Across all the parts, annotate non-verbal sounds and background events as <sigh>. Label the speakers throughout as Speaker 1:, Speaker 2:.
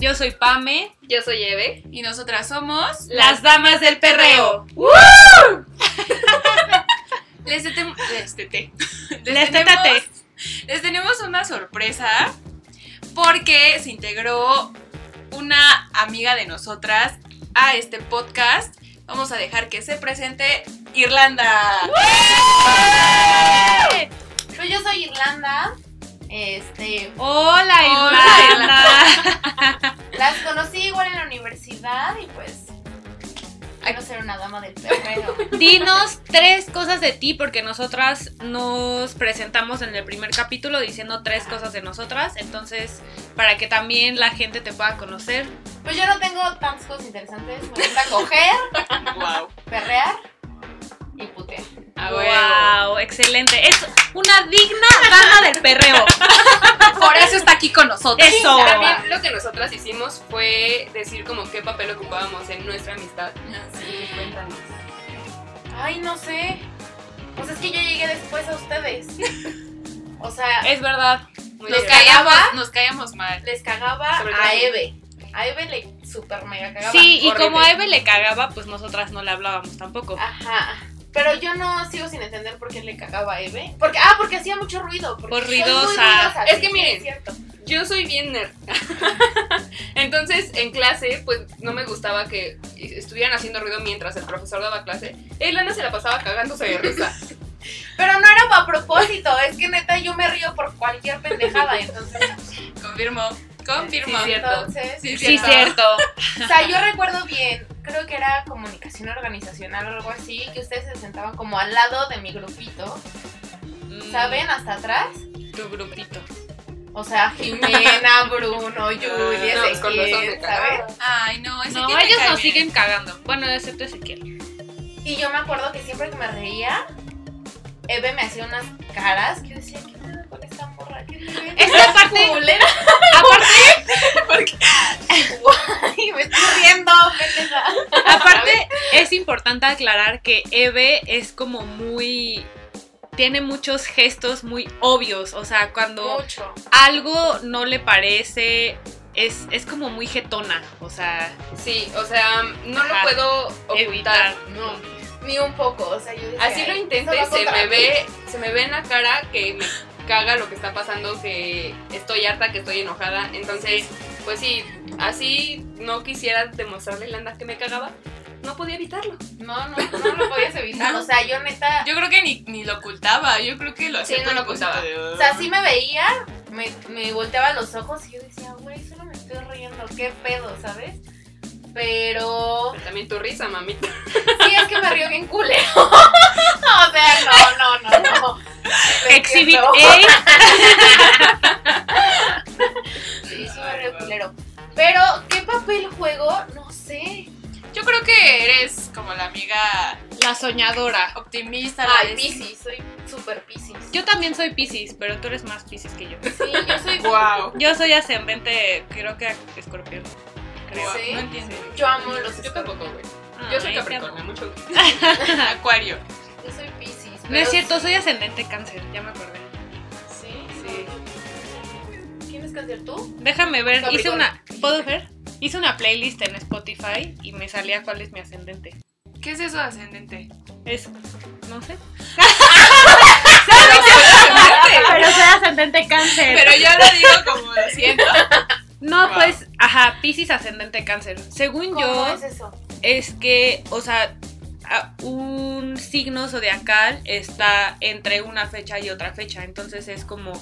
Speaker 1: Yo soy Pame
Speaker 2: Yo soy Eve.
Speaker 1: y nosotras somos
Speaker 2: Las
Speaker 1: Damas del
Speaker 2: Perreo.
Speaker 1: Les, detem- les dete- les
Speaker 3: Les
Speaker 1: tenemos,
Speaker 3: tetate.
Speaker 1: les tenemos una sorpresa porque se integró una amiga de nosotras a este podcast. Vamos a dejar que se presente Irlanda.
Speaker 2: Pues yo soy Irlanda. Este,
Speaker 3: Hola,
Speaker 1: Hola,
Speaker 3: Irlanda.
Speaker 2: las conocí igual en la universidad y pues quiero ser una dama del perreo.
Speaker 3: Dinos tres cosas de ti, porque nosotras nos presentamos en el primer capítulo diciendo tres cosas de nosotras. Entonces, para que también la gente te pueda conocer.
Speaker 2: Pues yo no tengo tantas cosas interesantes. Me gusta coger,
Speaker 1: Wow.
Speaker 2: perrear y putear.
Speaker 3: wow, excelente. Es una digna dama del perreo.
Speaker 1: Por eso está aquí con nosotros.
Speaker 3: Eso.
Speaker 4: También lo que nosotras hicimos fue decir como qué papel ocupábamos en nuestra amistad. Cuéntanos.
Speaker 2: Ay, no sé. Pues es que yo llegué después a ustedes. O sea,
Speaker 3: Es verdad.
Speaker 4: Muy
Speaker 1: Nos
Speaker 4: bien.
Speaker 1: caíamos, nos caíamos mal.
Speaker 2: les cagaba
Speaker 4: Sobre
Speaker 2: a
Speaker 4: todo-
Speaker 2: Eve. A Eve le super mega cagaba.
Speaker 3: Sí, y
Speaker 4: horrible.
Speaker 3: como a Eve le cagaba, pues nosotras no le hablábamos tampoco.
Speaker 2: Ah, Ajá. Pero yo no sigo sin entender por qué le cagaba a Eve. Porque, ah, porque hacía mucho ruido. porque
Speaker 3: Por
Speaker 2: soy muy
Speaker 3: ruidosa.
Speaker 4: Es
Speaker 2: sí,
Speaker 4: que
Speaker 2: sí,
Speaker 4: miren.
Speaker 2: es cierto.
Speaker 4: Yo soy bien nerd. Entonces, en clase, pues no me gustaba que estuvieran haciendo ruido mientras el profesor daba clase. Elana se la pasaba cagándose de risa.
Speaker 2: Pero no era a propósito. Es que neta, yo me río por cualquier pendejada.
Speaker 4: <laughs>
Speaker 2: Entonces,
Speaker 1: Confirmo. Confirmo.
Speaker 4: Sí, cierto.
Speaker 2: entonces
Speaker 3: Sí, cierto.
Speaker 2: O sea, yo recuerdo bien, creo que era comunicación organizacional o algo así, que ustedes se sentaban como al lado de mi grupito,
Speaker 4: Mm.
Speaker 2: ¿saben? Hasta atrás.
Speaker 3: <laughs> Tu grupito.
Speaker 2: O sea, Jimena,
Speaker 4: <laughs>
Speaker 2: Bruno, Julia,
Speaker 4: No, pues, con razón
Speaker 2: Ezequiel, ¿sabes?
Speaker 4: me cagaba.
Speaker 1: Ay, no, ese
Speaker 3: Mm, No,
Speaker 1: que te
Speaker 3: ellos
Speaker 1: cae
Speaker 3: nos
Speaker 1: bien.
Speaker 3: siguen cagando. Bueno, excepto Ezequiel.
Speaker 2: Y yo me acuerdo que siempre que me reía, Eve me hacía unas caras que yo decía, ¿qué pedo con esta morra? ¿Qué pedo?
Speaker 3: Esta parte-
Speaker 4: <laughs>
Speaker 2: culera".
Speaker 3: Aparte,
Speaker 2: <laughs> Ay, me estoy riendo, pendeja.
Speaker 3: aparte es importante aclarar que Eve es como muy... Tiene muchos gestos muy obvios. O sea, cuando
Speaker 2: Mucho.
Speaker 3: algo no le parece... Es, es como muy jetona, o sea,
Speaker 4: Sí, o sea, no
Speaker 3: Ajá.
Speaker 4: lo puedo
Speaker 3: evitar.
Speaker 4: ocultar.
Speaker 2: No, ni un poco. O sea, yo decía,
Speaker 4: Así lo
Speaker 2: "Ay,
Speaker 4: intenté,
Speaker 2: esto va
Speaker 4: se
Speaker 2: contra
Speaker 4: me
Speaker 2: mí".
Speaker 4: ve, se me ve en la cara que me caga lo que está pasando, que estoy harta, que estoy enojada. Entonces, pues sí, así no quisiera demostrarle a Landa que me cagaba, no podía evitarlo.
Speaker 2: No, no, no lo podías evitar. O sea, yo neta.
Speaker 1: Yo creo que ni, ni lo ocultaba, yo creo que lo hacía
Speaker 4: Sí, no
Speaker 1: con
Speaker 4: lo
Speaker 1: propósito
Speaker 4: ocultaba.
Speaker 1: de-
Speaker 2: O sea, sí me veía, me, me volteaba los ojos y yo decía, güey, solo me estoy riendo, qué pedo, ¿sabes? Pero
Speaker 4: Pero también tu risa, mamita.
Speaker 2: sí es que me río bien culero. <laughs> o sea, no, no, no, no. Lo
Speaker 3: Exhibit
Speaker 2: entiendo.
Speaker 3: A.
Speaker 2: Sí, sí me río culero. Pero, ¿qué papel juego? No sé.
Speaker 1: Yo creo que eres como la amiga
Speaker 3: <laughs> La soñadora.
Speaker 1: optimista. la
Speaker 2: Ay,
Speaker 1: de-
Speaker 2: Pisces, soy súper Pisces.
Speaker 3: Yo también soy Pisces, pero tú eres más Pisces que yo.
Speaker 2: sí, yo
Speaker 3: <laughs>
Speaker 2: soy.
Speaker 4: Wow.
Speaker 3: Yo soy ascendente, creo que escorpión. Creo.
Speaker 2: Sí.
Speaker 1: No entiendo.
Speaker 2: Yo amo los.
Speaker 4: Yo tampoco, güey.
Speaker 3: Ah,
Speaker 4: Yo
Speaker 3: ahí
Speaker 4: soy
Speaker 3: te amo.
Speaker 4: Capricornio, mucho <laughs> gusto.
Speaker 1: Acuario.
Speaker 2: Yo soy Pisces.
Speaker 3: No es cierto, soy ascendente cáncer, ya me acordé.
Speaker 2: Sí, sí. ¿Quién es cáncer tú?
Speaker 3: Déjame ver, hice
Speaker 2: Capricornio.
Speaker 3: una, ¿puedo ver? Hice una playlist en Spotify y me salía cuál es mi ascendente.
Speaker 1: ¿Qué es eso de ascendente?
Speaker 3: Es, no sé.
Speaker 1: Pero,
Speaker 3: Pero soy ascendente cáncer.
Speaker 1: yo lo digo como lo siento.
Speaker 3: no,
Speaker 1: Wow.
Speaker 3: pues, ajá, Pisces ascendente cáncer. Según
Speaker 2: ¿Cómo
Speaker 3: yo,
Speaker 2: es eso?
Speaker 3: es que, o sea, a- un signo zodiacal está entre una fecha y otra fecha. Entonces es como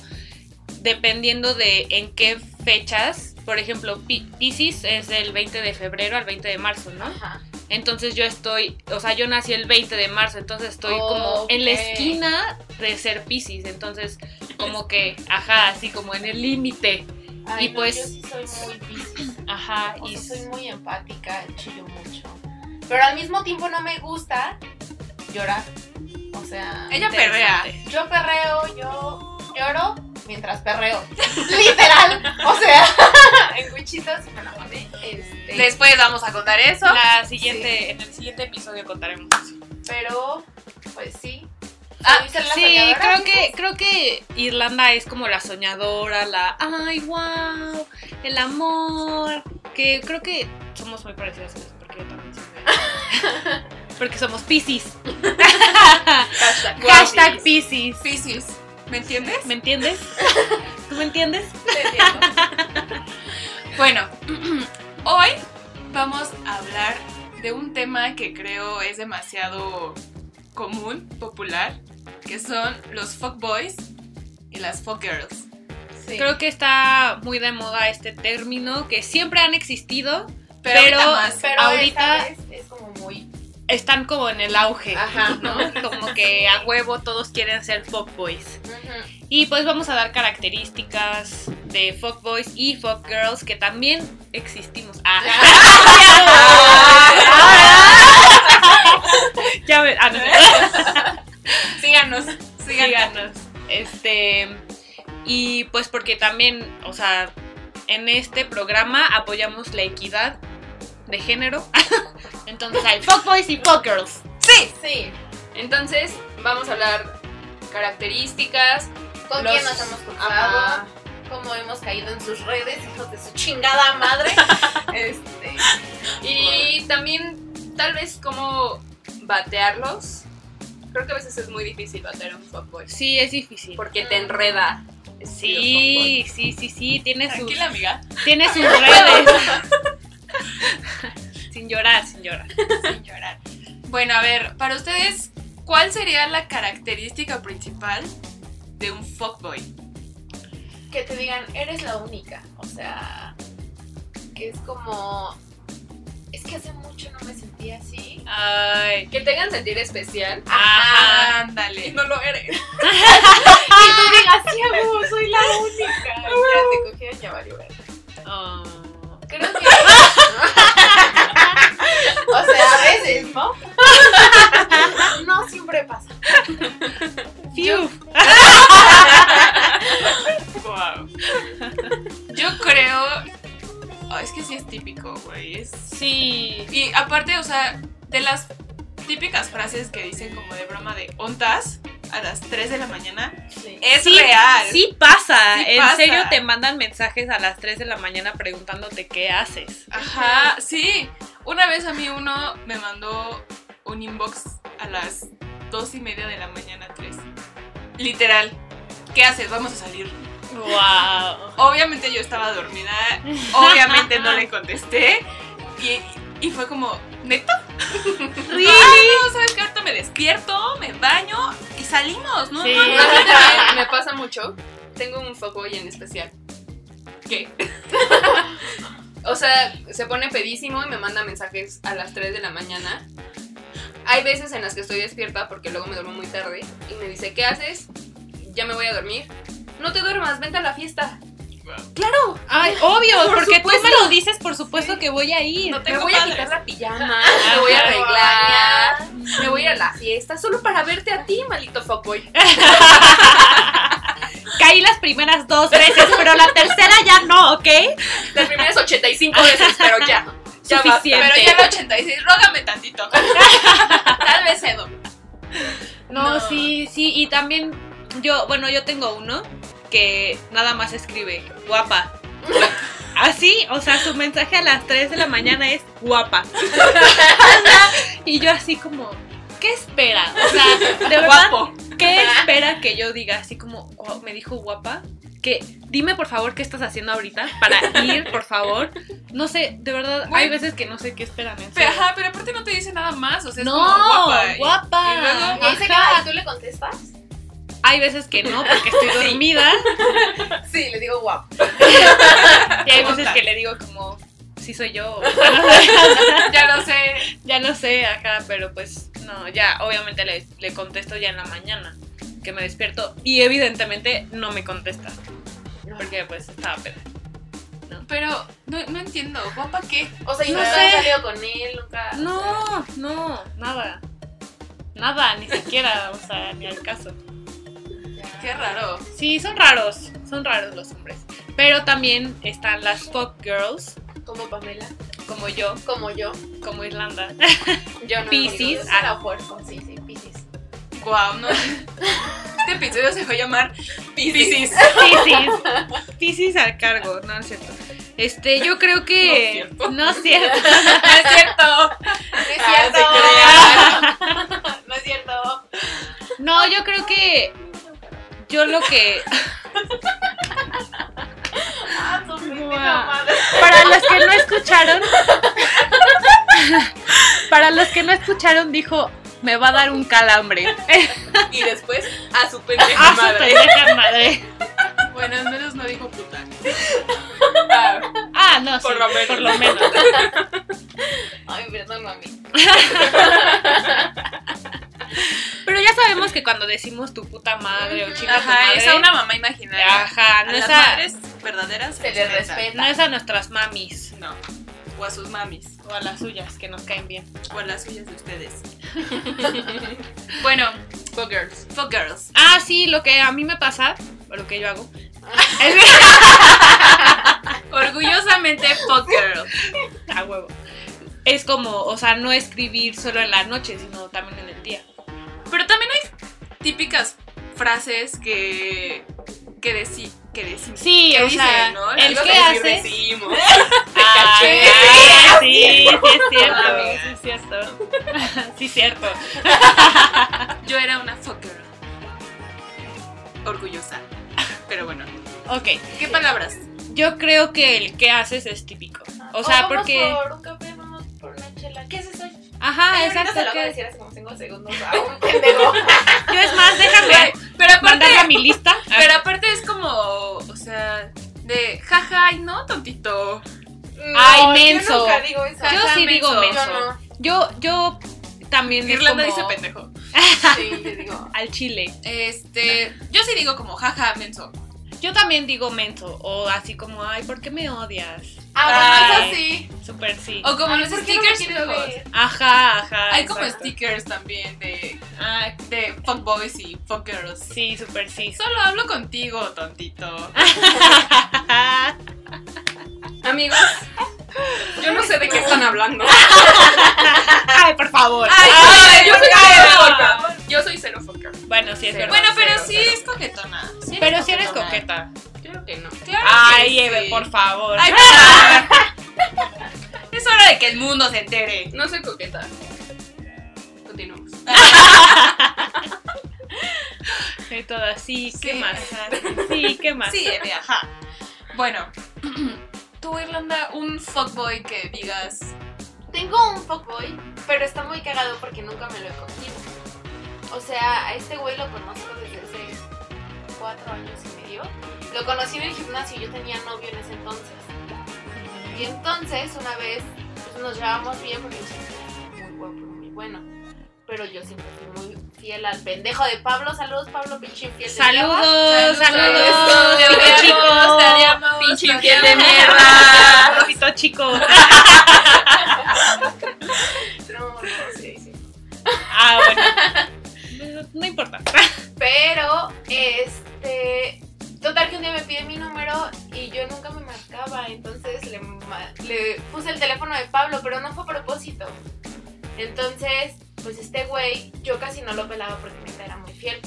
Speaker 3: dependiendo de en qué fechas. Por ejemplo, Pi- Pisces es del 20 de febrero al 20 de marzo, ¿no?
Speaker 2: Ajá.
Speaker 3: Entonces yo estoy, o sea, yo nací el 20 de marzo, entonces estoy como en la
Speaker 2: Ok.
Speaker 3: esquina de ser Pisces. Entonces, como que, ajá, así como en el límite.
Speaker 2: Ay,
Speaker 3: Y
Speaker 2: no,
Speaker 3: pues-
Speaker 2: yo sí soy muy Piscis.
Speaker 3: Ajá,
Speaker 2: O
Speaker 3: y
Speaker 2: sea, soy muy empática, chillo mucho. Pero al mismo tiempo no me gusta llorar. O sea,
Speaker 1: Ella perrea.
Speaker 3: interesante.
Speaker 2: yo perreo, yo lloro mientras perreo. <laughs> Literal. O sea, <laughs> en cuchitos y me la mandé. Este,
Speaker 1: Después vamos a contar eso.
Speaker 3: La siguiente, en el siguiente episodio contaremos eso.
Speaker 2: Pero, pues sí.
Speaker 1: Ah,
Speaker 2: Soy la
Speaker 3: Sí,
Speaker 2: soñadora, <laughs>
Speaker 3: creo
Speaker 2: dices.
Speaker 3: que, creo que Irlanda es como la soñadora, la ay wow, el amor, que creo que somos muy parecidas en eso, porque yo también soy de-
Speaker 2: <laughs>
Speaker 3: Porque somos Pisces.
Speaker 4: Hashtag.
Speaker 3: Hashtag Pisces.
Speaker 1: Pisces. ¿Me entiendes?
Speaker 3: ¿Me entiendes? ¿Tú me entiendes?
Speaker 1: Bueno, <clears throat> hoy vamos a hablar de un tema que creo es demasiado común, popular, que son los fuckboys y las fuckgirls.
Speaker 2: Sí.
Speaker 3: Creo que está muy de moda este término, que siempre han existido,
Speaker 1: Pero,
Speaker 3: Pero-
Speaker 1: ahorita más.
Speaker 2: Pero
Speaker 3: ahorita-
Speaker 2: esta vez es como muy.
Speaker 3: están como en el auge.
Speaker 4: Ajá,
Speaker 3: ¿no? Como que a huevo todos quieren ser fuckboys. Y pues vamos a dar características de fuckboys y fuckgirls que también existimos.
Speaker 1: <laughs>
Speaker 3: Ah. ya ver, ah, no,
Speaker 1: <laughs> Síganos, síganos.
Speaker 3: síganos. Este y pues porque también, o sea, en este programa apoyamos la equidad de género. <laughs> Entonces hay fuckboys y fuckgirls.
Speaker 2: Sí.
Speaker 4: Entonces, vamos a hablar características.
Speaker 2: ¿Con
Speaker 4: los-
Speaker 2: quién nos hemos cruzado?
Speaker 4: Ajá.
Speaker 2: ¿Cómo hemos caído en sus redes, hijos de su
Speaker 3: <laughs>
Speaker 2: chingada madre? este.
Speaker 4: Y también, tal vez, cómo batearlos. Creo que a veces es muy difícil batear a un fuckboy.
Speaker 3: Sí, es difícil.
Speaker 4: Porque te enreda.
Speaker 3: Sí, sí, sí, sí, tiene sus,
Speaker 1: Tranquila, amiga.
Speaker 3: tiene
Speaker 1: <laughs>
Speaker 3: sus redes. <laughs> sin llorar, sin llorar.
Speaker 1: Sin <laughs> llorar. Bueno, a ver, para ustedes, ¿cuál sería la característica principal de un fuckboy?
Speaker 2: que te digan, eres la única. O sea, que es como. Es que hace mucho no me sentía así.
Speaker 3: Ay,
Speaker 4: Que te hagan sentir especial.
Speaker 3: ajá.
Speaker 4: Y
Speaker 1: ándale.
Speaker 4: no lo <laughs> eres.
Speaker 2: Y
Speaker 4: ¡Ah!
Speaker 2: tú digas, sí, a huevo, soy
Speaker 4: <laughs>
Speaker 2: la única. Ya te cogieron ya valió verga.
Speaker 3: Oh.
Speaker 2: Creo
Speaker 4: <laughs>
Speaker 2: que. o sea, a veces, ¿no?
Speaker 4: <laughs>
Speaker 2: no siempre pasa.
Speaker 3: Fiu.
Speaker 1: Wow. Yo creo. Oh, es que sí es típico, güey. es-
Speaker 3: Sí.
Speaker 1: Y aparte, o sea, de las típicas frases que dicen como de broma de ontas a las 3 de la mañana,
Speaker 2: Sí.
Speaker 1: es
Speaker 3: Sí,
Speaker 1: real.
Speaker 3: Sí pasa.
Speaker 1: Sí
Speaker 3: en
Speaker 1: pasa.
Speaker 3: serio te mandan mensajes a las 3 de la mañana preguntándote qué haces.
Speaker 1: Ajá, sí. Una vez a mí uno me mandó un inbox a las 2 y media de la mañana, 3. Literal. ¿Qué haces? Vamos a salir.
Speaker 3: Wow. <laughs>
Speaker 1: Obviamente yo estaba dormida, obviamente no le contesté. Y, y fue como, ¿neta? Ay, no, ¿sabes qué? Ahorita me despierto, me baño y salimos, ¿no?
Speaker 3: Sí.
Speaker 1: No, no, no.
Speaker 4: me pasa mucho. Tengo un fuckboy en especial.
Speaker 1: ¿Qué?
Speaker 4: <laughs> O sea, se pone pedísimo y me manda mensajes a las 3 de la mañana. Hay veces en las que estoy despierta porque luego me duermo muy tarde y me dice, ¿qué haces? Ya me voy a <laughs> dormir. No te duermas, vente a la fiesta.
Speaker 3: Ay, obvio,
Speaker 4: Por
Speaker 3: porque tú me
Speaker 4: supuesto.
Speaker 3: lo dices, por supuesto que voy a ir.
Speaker 1: No
Speaker 4: Me
Speaker 1: Tengo
Speaker 4: voy a
Speaker 1: padres.
Speaker 4: quitar la pijama, me voy a arreglar, me voy a la fiesta solo para verte a ti, malito fuckboy.
Speaker 3: Caí las primeras dos veces, pero la tercera ya no, ¿ok?
Speaker 4: Las primeras 85 veces, pero ya. Ya basta.
Speaker 3: Suficiente.
Speaker 1: Pero ya el 86, rógame tantito.
Speaker 4: Tal vez cedo.
Speaker 3: No,
Speaker 1: No.
Speaker 3: sí, sí, y también yo, bueno, yo tengo uno que nada más escribe, guapa.
Speaker 1: <laughs>
Speaker 3: Así, o sea, su mensaje a las 3 de la mañana es
Speaker 1: <laughs>
Speaker 3: guapa. O sea, y yo así como, ¿qué espera? O sea, de verdad,
Speaker 1: Guapo.
Speaker 3: ¿qué espera que yo diga? Así como, "Guau, me dijo guapa, que dime por favor qué estás haciendo ahorita para ir, por favor. No sé, de verdad,
Speaker 1: Güey.
Speaker 3: hay veces que no sé qué esperan. en
Speaker 1: Pero,
Speaker 3: serio.
Speaker 1: ajá, pero aparte no te dice nada más, o sea, es
Speaker 3: No,
Speaker 1: como guapa.
Speaker 3: guapa.
Speaker 1: y- y luego-
Speaker 2: Y ahí se
Speaker 3: Ajá.
Speaker 2: queda, ¿y tú le contestas?
Speaker 3: Hay veces que no, porque <laughs> estoy dormida.
Speaker 2: <laughs> Sí, le digo guapo.
Speaker 3: Y hay veces
Speaker 1: Otra.
Speaker 3: que le digo como, sí soy <laughs> yo,
Speaker 1: ya lo sé.
Speaker 3: ya no sé acá, pero pues no, ya obviamente le, le contesto ya en la mañana, que me despierto y evidentemente no me contesta, porque pues estaba peda.
Speaker 1: Pero no, no entiendo, ¿guapa qué?
Speaker 2: O sea, y
Speaker 3: No
Speaker 2: nunca
Speaker 3: sé.
Speaker 2: he salido con él, nunca.
Speaker 3: No, no, nada, nada, ni siquiera, o sea, ni al caso.
Speaker 1: Qué raro.
Speaker 3: Sí, son raros, son raros los hombres, pero también están las fuck girls,
Speaker 2: Como Pamela,
Speaker 3: como yo,
Speaker 2: como yo.
Speaker 3: como Irlanda.
Speaker 4: Yo no.
Speaker 3: Piscis.
Speaker 2: Yo soy
Speaker 3: ah.
Speaker 2: la fuerza, sí, sí, Piscis.
Speaker 1: Guau, no. Este episodio se va a llamar Pisces.
Speaker 3: <laughs> Pisces. Pisces al cargo, no, no es cierto. Este, yo creo que. No es cierto. <laughs>
Speaker 1: No es cierto.
Speaker 2: No es
Speaker 4: Ah,
Speaker 2: cierto. no es cierto.
Speaker 3: No, yo creo que. Yo lo que.
Speaker 2: Ah, tu pendeja
Speaker 3: Buah.
Speaker 2: madre.
Speaker 3: Para los que no escucharon. Para los que no escucharon, dijo: Me va a dar un calambre.
Speaker 4: Y después a su pendeja
Speaker 3: A su
Speaker 4: madre.
Speaker 3: pendeja madre.
Speaker 1: Bueno, al menos no dijo puta.
Speaker 4: Ah,
Speaker 3: Ah, no,
Speaker 4: Por
Speaker 3: sí,
Speaker 4: lo menos.
Speaker 3: Por lo menos.
Speaker 2: Ay, perdón, mami.
Speaker 3: Pero ya sabemos que cuando decimos tu puta madre o chinga tu
Speaker 1: Ajá,
Speaker 3: madre.
Speaker 1: es a una mamá imaginaria.
Speaker 3: Ajá,
Speaker 1: a
Speaker 3: no
Speaker 1: las
Speaker 3: es a,
Speaker 1: madres verdaderas
Speaker 2: Se le
Speaker 1: respeta.
Speaker 2: respeta.
Speaker 3: no es a nuestras mamis.
Speaker 1: No. O a sus mamis.
Speaker 3: O a las suyas, que nos caen bien.
Speaker 1: O a las suyas de ustedes. bueno,
Speaker 4: Go girls.
Speaker 1: fuck girls.
Speaker 3: Ah, sí, lo que a mí me pasa, o lo que yo hago. <laughs>
Speaker 1: Orgullosamente fuck girl.
Speaker 3: a huevo. Es como, o sea, no escribir solo en la noche, sino también en el día.
Speaker 1: Pero también hay típicas frases que que decir, que decimos.
Speaker 3: Sí,
Speaker 1: ¿Qué
Speaker 3: o
Speaker 1: dice,
Speaker 3: sea,
Speaker 1: no?
Speaker 3: el
Speaker 4: Algo
Speaker 1: Las
Speaker 3: que
Speaker 4: que sí
Speaker 3: haces. <laughs>
Speaker 4: decimos.
Speaker 3: Ah,
Speaker 4: caché.
Speaker 3: ah, sí, sí, es cierto.
Speaker 1: Amiga.
Speaker 3: Sí, es cierto. Sí, es cierto. <laughs>
Speaker 1: Yo era una fuck girl. Orgullosa. Pero bueno,
Speaker 3: Ok,
Speaker 1: ¿qué palabras?
Speaker 3: yo creo que el que haces es típico. O sea,
Speaker 2: vamos
Speaker 3: porque.
Speaker 2: Por un café, vamos por una chela. ¿Qué haces hoy?
Speaker 3: Ajá,
Speaker 2: Ay, ahorita
Speaker 3: exacto.
Speaker 2: Se lo voy a
Speaker 3: que-
Speaker 2: decir hace como 5 segundos a un <laughs> pendejo.
Speaker 3: Yo es más, déjame
Speaker 1: Pero aparte,
Speaker 3: mandarle a mi lista.
Speaker 1: pero aparte es como, o sea, de jaja, ay no, tontito.
Speaker 3: Ay,
Speaker 2: No,
Speaker 3: menso.
Speaker 2: Yo nunca digo eso.
Speaker 3: Yo
Speaker 1: Ajá,
Speaker 3: sí digo
Speaker 1: menso.
Speaker 3: menso.
Speaker 2: Yo
Speaker 3: Yo,
Speaker 2: no.
Speaker 3: yo también es
Speaker 1: Irlanda
Speaker 3: como
Speaker 1: dice
Speaker 3: <laughs>
Speaker 1: pendejo.
Speaker 2: Sí, yo digo.
Speaker 3: al chile.
Speaker 1: Este, yo sí digo como jaja, menso.
Speaker 3: Yo también digo menso o así como, ay, ¿por qué me odias?
Speaker 2: Ah, bueno,
Speaker 3: Ay.
Speaker 2: eso sí.
Speaker 3: Súper sí.
Speaker 1: O como
Speaker 2: Ay,
Speaker 1: los
Speaker 2: ¿por qué no me
Speaker 1: stickers
Speaker 2: quieres
Speaker 1: luego.
Speaker 2: ver?
Speaker 3: Ajá, ajá.
Speaker 1: Hay como
Speaker 3: Ah, exacto.
Speaker 1: stickers también de, ah, de fuckboys y fuckgirls.
Speaker 3: Sí, súper sí. <laughs>
Speaker 1: Solo hablo contigo, tontito.
Speaker 4: Amigos, yo no sé de qué
Speaker 1: <laughs>
Speaker 4: están hablando.
Speaker 3: ay, por favor.
Speaker 4: yo, soy cero fucker. yo soy cero fucker.
Speaker 3: Bueno, sí es
Speaker 4: Sí.
Speaker 3: verdad.
Speaker 1: Bueno, pero
Speaker 4: cero,
Speaker 1: sí
Speaker 4: cero.
Speaker 1: es coquetona. Sí
Speaker 3: pero si eres
Speaker 1: coquetona.
Speaker 3: coqueta.
Speaker 4: Creo que no.
Speaker 1: Claro que
Speaker 3: Ay,
Speaker 1: sí.
Speaker 3: Eve, por favor. <laughs>
Speaker 1: Ay, por- Es hora de que el mundo se
Speaker 4: <laughs>
Speaker 1: entere.
Speaker 4: No soy coqueta. Continuamos.
Speaker 3: Soy toda, sí, ¿qué
Speaker 1: Sí.
Speaker 3: más? Ajá, Sí, ¿qué más?
Speaker 1: Sí, Eve, ajá. Bueno, <clears throat> tú, Irlanda, un fuckboy que digas.
Speaker 2: Tengo un fuckboy, pero está muy cagado porque nunca me lo he cogido. O sea, a este güey lo conozco desde hace cuatro años y medio. Lo conocí en el gimnasio, yo tenía novio en ese entonces. Y entonces, una vez, pues, nos llevamos bien porque el chico era muy guapo, muy bueno. Pero yo siempre fui muy fiel al pendejo de Pablo. Saludos, Pablo, pinche infiel. de mierda.
Speaker 3: Saludos, saludos,
Speaker 1: Saludos, te odiamos,
Speaker 3: pito chico.
Speaker 1: te odiamos,
Speaker 3: pinche
Speaker 1: te <laughs>
Speaker 3: infiel de
Speaker 1: odiamos.
Speaker 3: mierda. Pito chico.
Speaker 2: No, no, sí, sí.
Speaker 3: Ah, bueno. <laughs> No importa.
Speaker 2: Pero, este. Total que un día me pide mi número y yo nunca me marcaba, entonces le, ma- le puse el teléfono de Pablo, pero no fue a propósito. Entonces, pues este güey, yo casi no lo pelaba porque neta era muy fiel.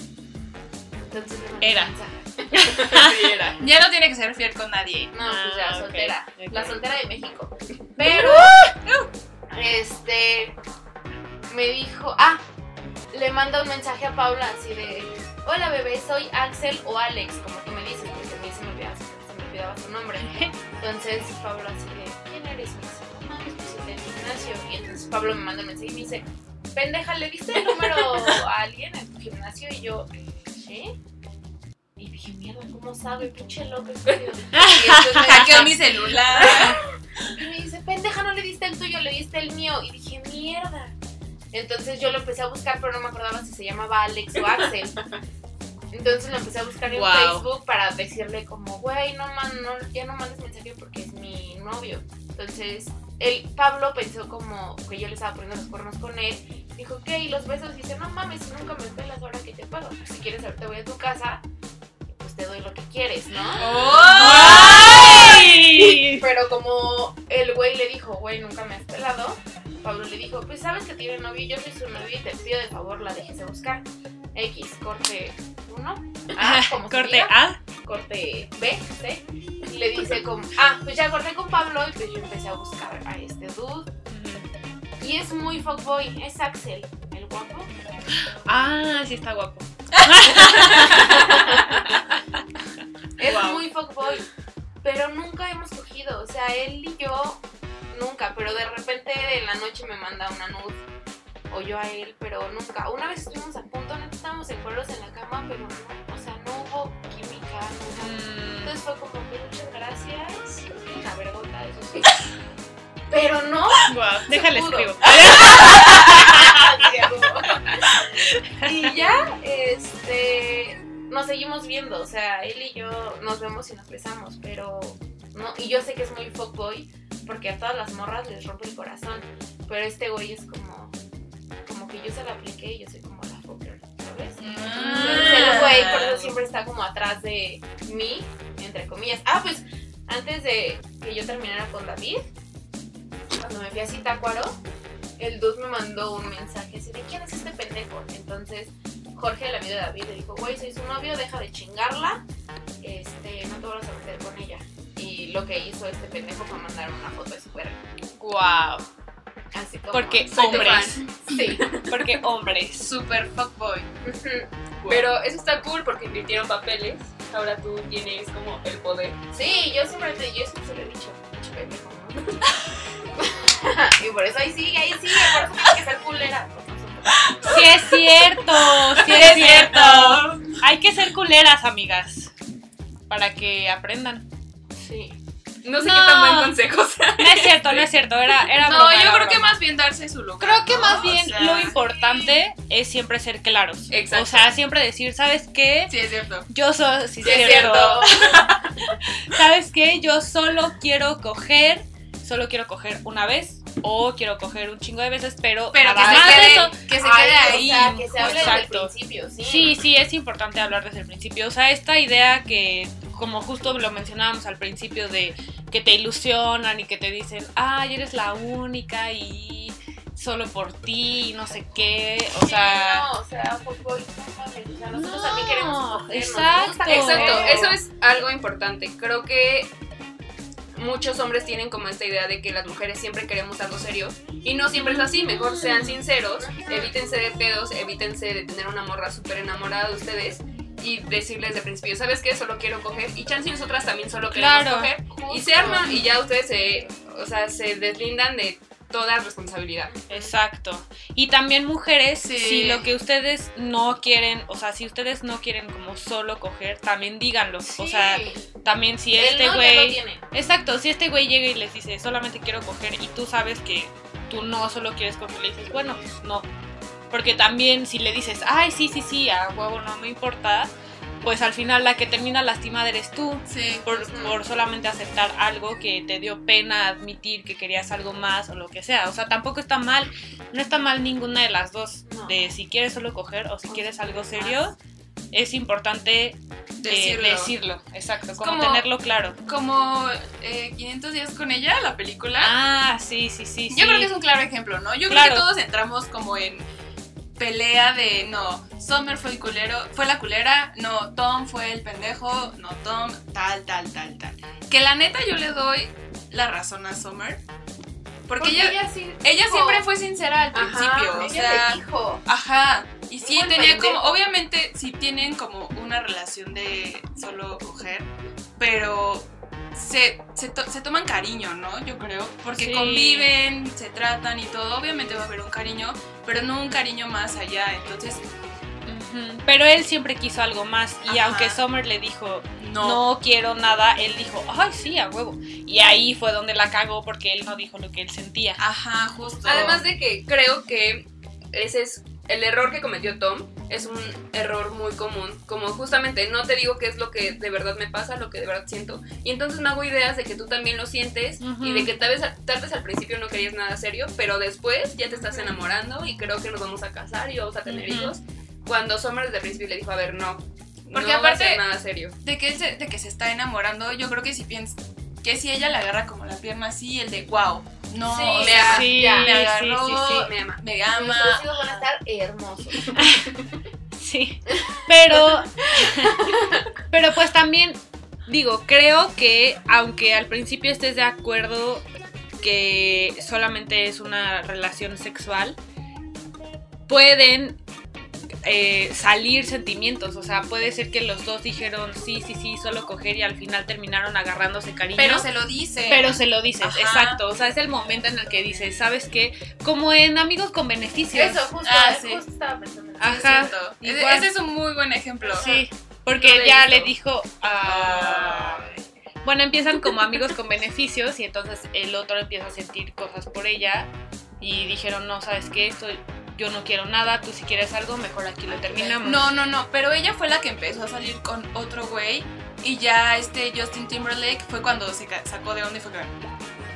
Speaker 2: Entonces le mandé
Speaker 3: Era.
Speaker 2: un mensaje.
Speaker 4: Sí, era.
Speaker 1: Ya no tiene que ser fiel con nadie.
Speaker 2: No, pues ya,
Speaker 3: Ah, ok,
Speaker 2: soltera.
Speaker 3: ok.
Speaker 2: La soltera
Speaker 3: <laughs>
Speaker 2: de México. Pero, este, me dijo, ah, le manda un mensaje a Paula así de, hola bebé, soy Axel o Alex, como tú me dices, porque a mí se me olvidaba, se me olvidaba su nombre.
Speaker 3: <laughs>
Speaker 2: Entonces Pablo así de, ¿quién eres? Me dice, no mames, pues soy del gimnasio. Y entonces Pablo me manda un mensaje y me dice, pendeja, ¿le diste el número a alguien en tu gimnasio? Y yo, ¿sí? Y dije, mierda, ¿cómo sabe? Pinche loco, estúpido. Y
Speaker 3: <laughs>
Speaker 2: entonces me
Speaker 1: Hackeó mi celular.
Speaker 2: y me dice, pendeja, no le diste el tuyo, le diste el mío. Y dije, mierda. Entonces yo lo empecé a buscar, pero no me acordaba si se llamaba Alex o Axel. Entonces lo empecé a buscar en
Speaker 3: Wow.
Speaker 2: Facebook para decirle como, güey, no, man, no- ya no mandes mensaje porque es mi novio. Entonces el Pablo pensó como que yo le estaba poniendo los cuernos con él. Dijo, ¿qué? Y los besos. Dice, no mames, si nunca me pelas ahora que te pago. Si quieres, ahorita voy a tu casa, pues te doy lo que quieres, ¿no?
Speaker 1: ¡Oh!
Speaker 3: Ah. ¡Ay!
Speaker 2: Pero como el güey le dijo, güey, nunca me has pelado, Pablo le dijo, pues sabes que tiene novio, yo soy su novio y te pido de favor la dejes de buscar. X, corte 1, A, Ah, como se
Speaker 3: Corte
Speaker 2: diga,
Speaker 3: A.
Speaker 2: corte B, C, y le dice como, ah, pues ya corté con Pablo y pues yo empecé a buscar a este dude. Y es muy fuckboy, es Axel, el guapo.
Speaker 3: Ah, sí está guapo.
Speaker 2: Es
Speaker 3: Wow.
Speaker 2: muy fuckboy. Pero nunca hemos cogido. O sea, él y yo nunca. Pero de repente en la noche me manda una nude. O yo a él, pero nunca. Una vez estuvimos a punto, no estábamos en cueros en la cama, pero no. O sea, no hubo química, no hubo nada.
Speaker 3: Mm.
Speaker 2: Entonces fue como, "Mil muchas gracias. Una vergota, eso sí. <laughs> Pero no.
Speaker 3: Guau, déjale
Speaker 2: pudo.
Speaker 3: escribo.
Speaker 2: <laughs> y ya, este, nos seguimos viendo, o sea, él y yo nos vemos y nos besamos, pero no, y yo sé que es muy fuckboy, porque a todas las morras les rompe el corazón, pero este güey es como, como que yo se lo apliqué y yo soy como la fucker, ¿sabes?
Speaker 1: Ah.
Speaker 2: Entonces, el güey por eso siempre está como atrás de mí, entre comillas. Ah, pues antes de que yo terminara con David, cuando me fui a Zitácuaro, el dude me mandó un mensaje así de ¿quién es este pendejo? Entonces Jorge, el amigo de David, le dijo, güey, soy su novio, deja de chingarla, este, no te vas a meter con ella. Y lo que hizo este pendejo fue mandar una foto de su perro.
Speaker 3: Guau.
Speaker 2: Así como...
Speaker 3: Porque
Speaker 4: tu
Speaker 3: hombres.
Speaker 2: Sí.
Speaker 3: Porque hombres.
Speaker 1: Super fuckboy.
Speaker 2: Ujú.
Speaker 4: Pero eso está cool porque invirtieron papeles. Ahora tú tienes como el poder.
Speaker 2: sí, yo siempre te, yo siempre se lo he dicho, pinche pendejo, ¿no? <laughs> y por eso ahí sigue, ahí sigue, por eso tiene que ser culera. porque nosotros-
Speaker 3: Sí es cierto, sí es cierto. Hay que ser culeras, amigas. Para que aprendan.
Speaker 2: Sí.
Speaker 4: No sé
Speaker 3: No.
Speaker 4: qué tan buen consejo sea.
Speaker 3: No es cierto, no es cierto. Era, era
Speaker 1: No,
Speaker 3: broma,
Speaker 1: yo
Speaker 3: era
Speaker 1: creo que
Speaker 3: broma.
Speaker 1: más bien darse su lugar.
Speaker 3: Creo que
Speaker 1: ¿no?
Speaker 3: más
Speaker 1: O
Speaker 3: bien
Speaker 1: sea,
Speaker 3: lo importante es siempre ser claros.
Speaker 4: Exacto.
Speaker 3: O sea, siempre decir, ¿sabes qué?
Speaker 1: Sí, es cierto.
Speaker 3: Yo soy. Sí,
Speaker 4: es
Speaker 3: cierto.
Speaker 4: cierto.
Speaker 3: <laughs> ¿Sabes qué? Yo solo quiero coger. Solo quiero coger una vez. O quiero coger un chingo de veces, pero.
Speaker 1: Pero que
Speaker 3: nada
Speaker 1: se,
Speaker 3: más de Ah, eso.
Speaker 1: quede, que se quede
Speaker 2: Ay,
Speaker 1: ahí.
Speaker 2: O sea, que se hable desde el
Speaker 3: Exacto.
Speaker 2: principio, sí.
Speaker 3: Sí, sí, es importante hablar desde el principio. O sea, esta idea que, como justo lo mencionábamos al principio, de que te ilusionan y que te dicen, ay, eres la única y solo por ti y no sé qué. O sea,
Speaker 2: no, o sea, fútbol, no mames, o sea, nosotros
Speaker 3: No,
Speaker 2: también queremos coger,
Speaker 3: exacto.
Speaker 4: Exacto, eso es algo importante. Creo que muchos hombres tienen como esta idea de que las mujeres siempre queremos algo serio y no siempre es así. Mejor sean sinceros, evítense de pedos, evítense de tener una morra súper enamorada de ustedes y decirles de principio, ¿sabes qué? Solo quiero coger y chance y nosotras también solo queremos
Speaker 3: Claro.
Speaker 4: coger y se arman y ya ustedes se, o sea, se deslindan de toda responsabilidad.
Speaker 3: exacto. Y también mujeres,
Speaker 1: Sí.
Speaker 3: si lo que ustedes no quieren, o sea, si ustedes no quieren como solo coger, también díganlo. O sea, también si
Speaker 2: este
Speaker 3: este
Speaker 2: no,
Speaker 3: güey...
Speaker 2: ya lo tiene.
Speaker 3: Exacto, si este güey llega y les dice, solamente quiero coger, y tú sabes que tú no solo quieres coger, le dices, bueno, pues no. Porque también si le dices, ay, sí, sí, sí, a huevo no me importa, pues al final la que termina lastimada eres tú.
Speaker 1: Sí.
Speaker 3: Por, por solamente aceptar algo que te dio pena admitir que querías algo más o lo que sea. O sea, tampoco está mal, no está mal ninguna de las dos.
Speaker 2: No.
Speaker 3: De si quieres solo coger o si quieres algo serio, es importante eh,
Speaker 1: Decirlo.
Speaker 3: decirlo. Exacto, como,
Speaker 1: como-
Speaker 3: tenerlo claro.
Speaker 1: Como eh, 500 días con ella, la película.
Speaker 3: Ah, sí, sí, sí.
Speaker 1: Yo
Speaker 3: sí.
Speaker 1: creo que es un claro ejemplo, ¿no? Yo
Speaker 3: Claro.
Speaker 1: creo que todos entramos como en pelea de no, Summer fue el culero, fue la culera, no, Tom fue el pendejo, no, Tom, tal, tal, tal, tal. Que la neta yo le doy la razón a Summer. Porque,
Speaker 2: Porque
Speaker 1: ella,
Speaker 2: ella sí
Speaker 1: ella
Speaker 2: dijo-
Speaker 1: siempre fue sincera al principio.
Speaker 2: Ajá,
Speaker 1: o
Speaker 2: ella
Speaker 1: sea,
Speaker 2: le dijo.
Speaker 1: Ajá. Y sí,
Speaker 2: Igual
Speaker 1: tenía
Speaker 2: pendejo.
Speaker 1: como, obviamente, si tienen como una relación de solo coger, pero se, se, to- se toman cariño, ¿no? Yo creo, porque
Speaker 3: Sí.
Speaker 1: conviven, se tratan y todo, obviamente va a haber un cariño, pero no un cariño más allá, entonces,
Speaker 3: Ujú, Pero él siempre quiso algo más y
Speaker 1: Ajá.
Speaker 3: aunque Summer le dijo
Speaker 1: no.
Speaker 3: no. quiero nada, él dijo ay sí a huevo y ahí fue donde la cagó porque él no dijo lo que él sentía.
Speaker 1: Ajá, justo.
Speaker 4: Además de que creo que ese es el error que cometió Tom, es un error muy común, como justamente no te digo qué es lo que de verdad me pasa, lo que de verdad siento, y entonces me hago ideas de que tú también lo sientes
Speaker 3: Ujú.
Speaker 4: y de que tal vez, tal vez al principio no querías nada serio, pero después ya te estás enamorando y creo que nos vamos a casar y vamos a tener
Speaker 3: Ujú.
Speaker 4: hijos, cuando Summer desde el principio le dijo, a ver, no.
Speaker 1: Porque
Speaker 4: no va a ser
Speaker 1: aparte-
Speaker 4: nada serio.
Speaker 1: de que, él se, de que se está enamorando, yo creo que si piensa que si ella le agarra como la pierna así, el de wow, no,
Speaker 2: Sí,
Speaker 1: o
Speaker 2: me
Speaker 1: sea,
Speaker 2: hace-
Speaker 3: sí,
Speaker 2: ya,
Speaker 1: me agarró.
Speaker 3: sí,
Speaker 4: Me ama.
Speaker 1: me
Speaker 2: Sus
Speaker 1: ama.
Speaker 2: vestidos van a estar hermosos.
Speaker 3: sí, sí, sí. Pero, pero pues también digo, creo que aunque al principio estés de acuerdo que solamente es una relación sexual, pueden eh, salir sentimientos. O sea, puede ser que los dos dijeron sí, sí, sí, solo coger y al final terminaron agarrándose cariño.
Speaker 1: Pero se lo dice.
Speaker 3: Pero se lo dices,
Speaker 1: Ajá.
Speaker 3: exacto. O sea, es el momento en el que dices, ¿sabes qué? Como en Amigos con Beneficios.
Speaker 2: Eso, justo,
Speaker 1: Ah, sí. Ah.
Speaker 2: justo estaba pensando. en eso.
Speaker 1: Sí, es
Speaker 3: Ajá,
Speaker 1: cierto. Ese,
Speaker 3: igual.
Speaker 1: ese es un muy buen ejemplo.
Speaker 3: Sí,
Speaker 1: No
Speaker 3: porque
Speaker 1: le
Speaker 3: ya
Speaker 1: hizo.
Speaker 3: le dijo a... Bueno, empiezan como amigos con beneficios y entonces el otro empieza a sentir cosas por ella y dijeron, no, ¿sabes qué? Esto yo no quiero nada, tú si quieres algo, mejor aquí lo terminamos.
Speaker 1: No, no, no, pero ella fue la que empezó a salir con otro güey y ya este Justin Timberlake fue cuando se ca- sacó de onda y fue que...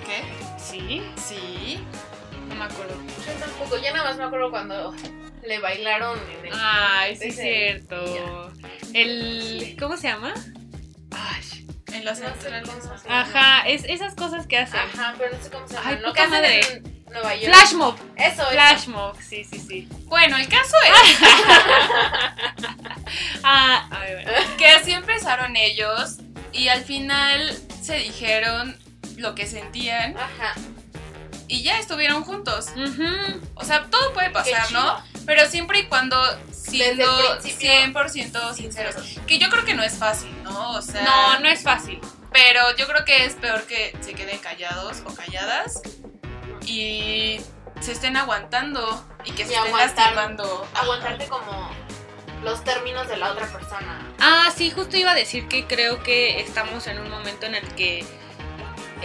Speaker 1: ¿Qué?
Speaker 3: ¿Sí?
Speaker 1: Sí.
Speaker 3: No me acuerdo.
Speaker 2: Yo tampoco, yo nada más me acuerdo cuando le bailaron en
Speaker 3: Ah,
Speaker 2: el...
Speaker 3: Ay, sí es
Speaker 2: Ese.
Speaker 3: cierto. El... ¿Cómo se llama? Ay,
Speaker 1: En los
Speaker 2: No sé cómo se llama.
Speaker 3: Ajá, es, esas cosas que hacen.
Speaker 1: Ah,
Speaker 2: Ajá, pero no sé cómo se llama.
Speaker 3: Ay,
Speaker 2: Lo
Speaker 3: poca
Speaker 2: que hacen
Speaker 3: madre.
Speaker 2: en Nueva York.
Speaker 3: Flash mob,
Speaker 2: Eso, es.
Speaker 3: flash mob, sí, sí, sí.
Speaker 1: Bueno, el caso es
Speaker 3: Ah, ay, bueno.
Speaker 1: que así empezaron ellos y al final se dijeron lo que sentían
Speaker 2: Ajá.
Speaker 1: y ya estuvieron juntos.
Speaker 3: Ujú.
Speaker 1: O sea, todo puede pasar,
Speaker 2: Qué
Speaker 1: ¿no? Pero siempre y cuando siendo
Speaker 2: principio.
Speaker 1: 100% sinceros. Que yo creo que no es fácil, ¿no? O sea,
Speaker 3: No, no es fácil.
Speaker 1: Pero yo creo que es peor que se queden callados o calladas y se estén aguantando y que se
Speaker 2: Y
Speaker 1: estén
Speaker 2: aguantar.
Speaker 1: lastimando.
Speaker 2: Aguantarte como los términos de la otra persona.
Speaker 3: Ah, sí, justo iba a decir que creo que estamos en un momento en el que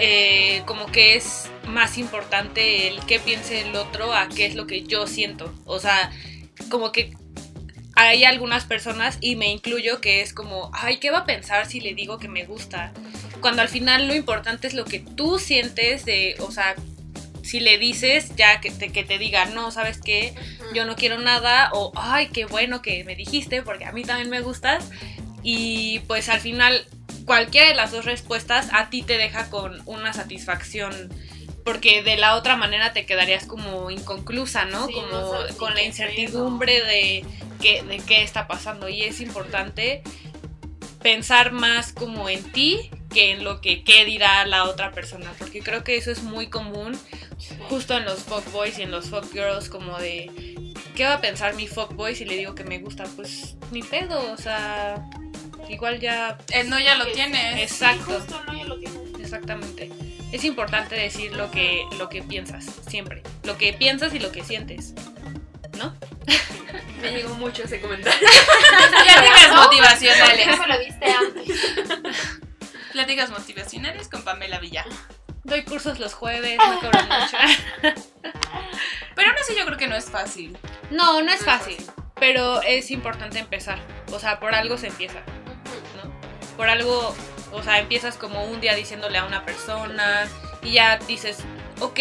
Speaker 3: eh, como que es más importante el qué piense el otro a qué es lo que yo siento. O sea, como que hay algunas personas, y me incluyo, que es como, ay, ¿qué va a pensar si le digo que me gusta? Cuando al final lo importante es lo que tú sientes de, o sea, si le dices ya que te, que te diga, no, ¿sabes qué? yo no quiero nada o ay, qué bueno que me dijiste porque a mí también me gustas y pues al final cualquiera de las dos respuestas a ti te deja con una satisfacción porque de la otra manera te quedarías como inconclusa, ¿no?
Speaker 2: Sí,
Speaker 3: como
Speaker 2: no sabes ni
Speaker 3: con la
Speaker 2: qué
Speaker 3: incertidumbre de qué, de qué está pasando y es importante pensar más como en ti que en lo que qué dirá la otra persona, porque creo que eso es muy común justo en los fuckboys y en los fuckgirls como de ¿qué va a pensar mi fuckboy si le digo que me gusta? Pues ni pedo, o sea, igual ya
Speaker 1: El no ya lo
Speaker 2: Sí.
Speaker 1: tiene.
Speaker 2: Sí,
Speaker 3: exacto,
Speaker 2: justo, no, yo lo tengo.
Speaker 3: exactamente. Es importante decir lo que lo que piensas siempre, lo que piensas y lo que sientes.
Speaker 4: Me llegó mucho ese
Speaker 1: <laughs>
Speaker 4: comentario. <laughs>
Speaker 1: Pláticas
Speaker 2: ¿Por
Speaker 3: <laughs>
Speaker 1: motivacionales.
Speaker 2: qué me lo diste antes?
Speaker 1: Pláticas motivacionales con Pamela Villa.
Speaker 3: Doy cursos los jueves, no cobro mucho. <laughs>
Speaker 1: Pero aún así yo creo que no es fácil.
Speaker 3: No, no es fácil, pero es importante empezar. O sea, por algo se empieza. ¿no? Por algo, o sea, empiezas como un día diciéndole a una persona y ya dices, ok,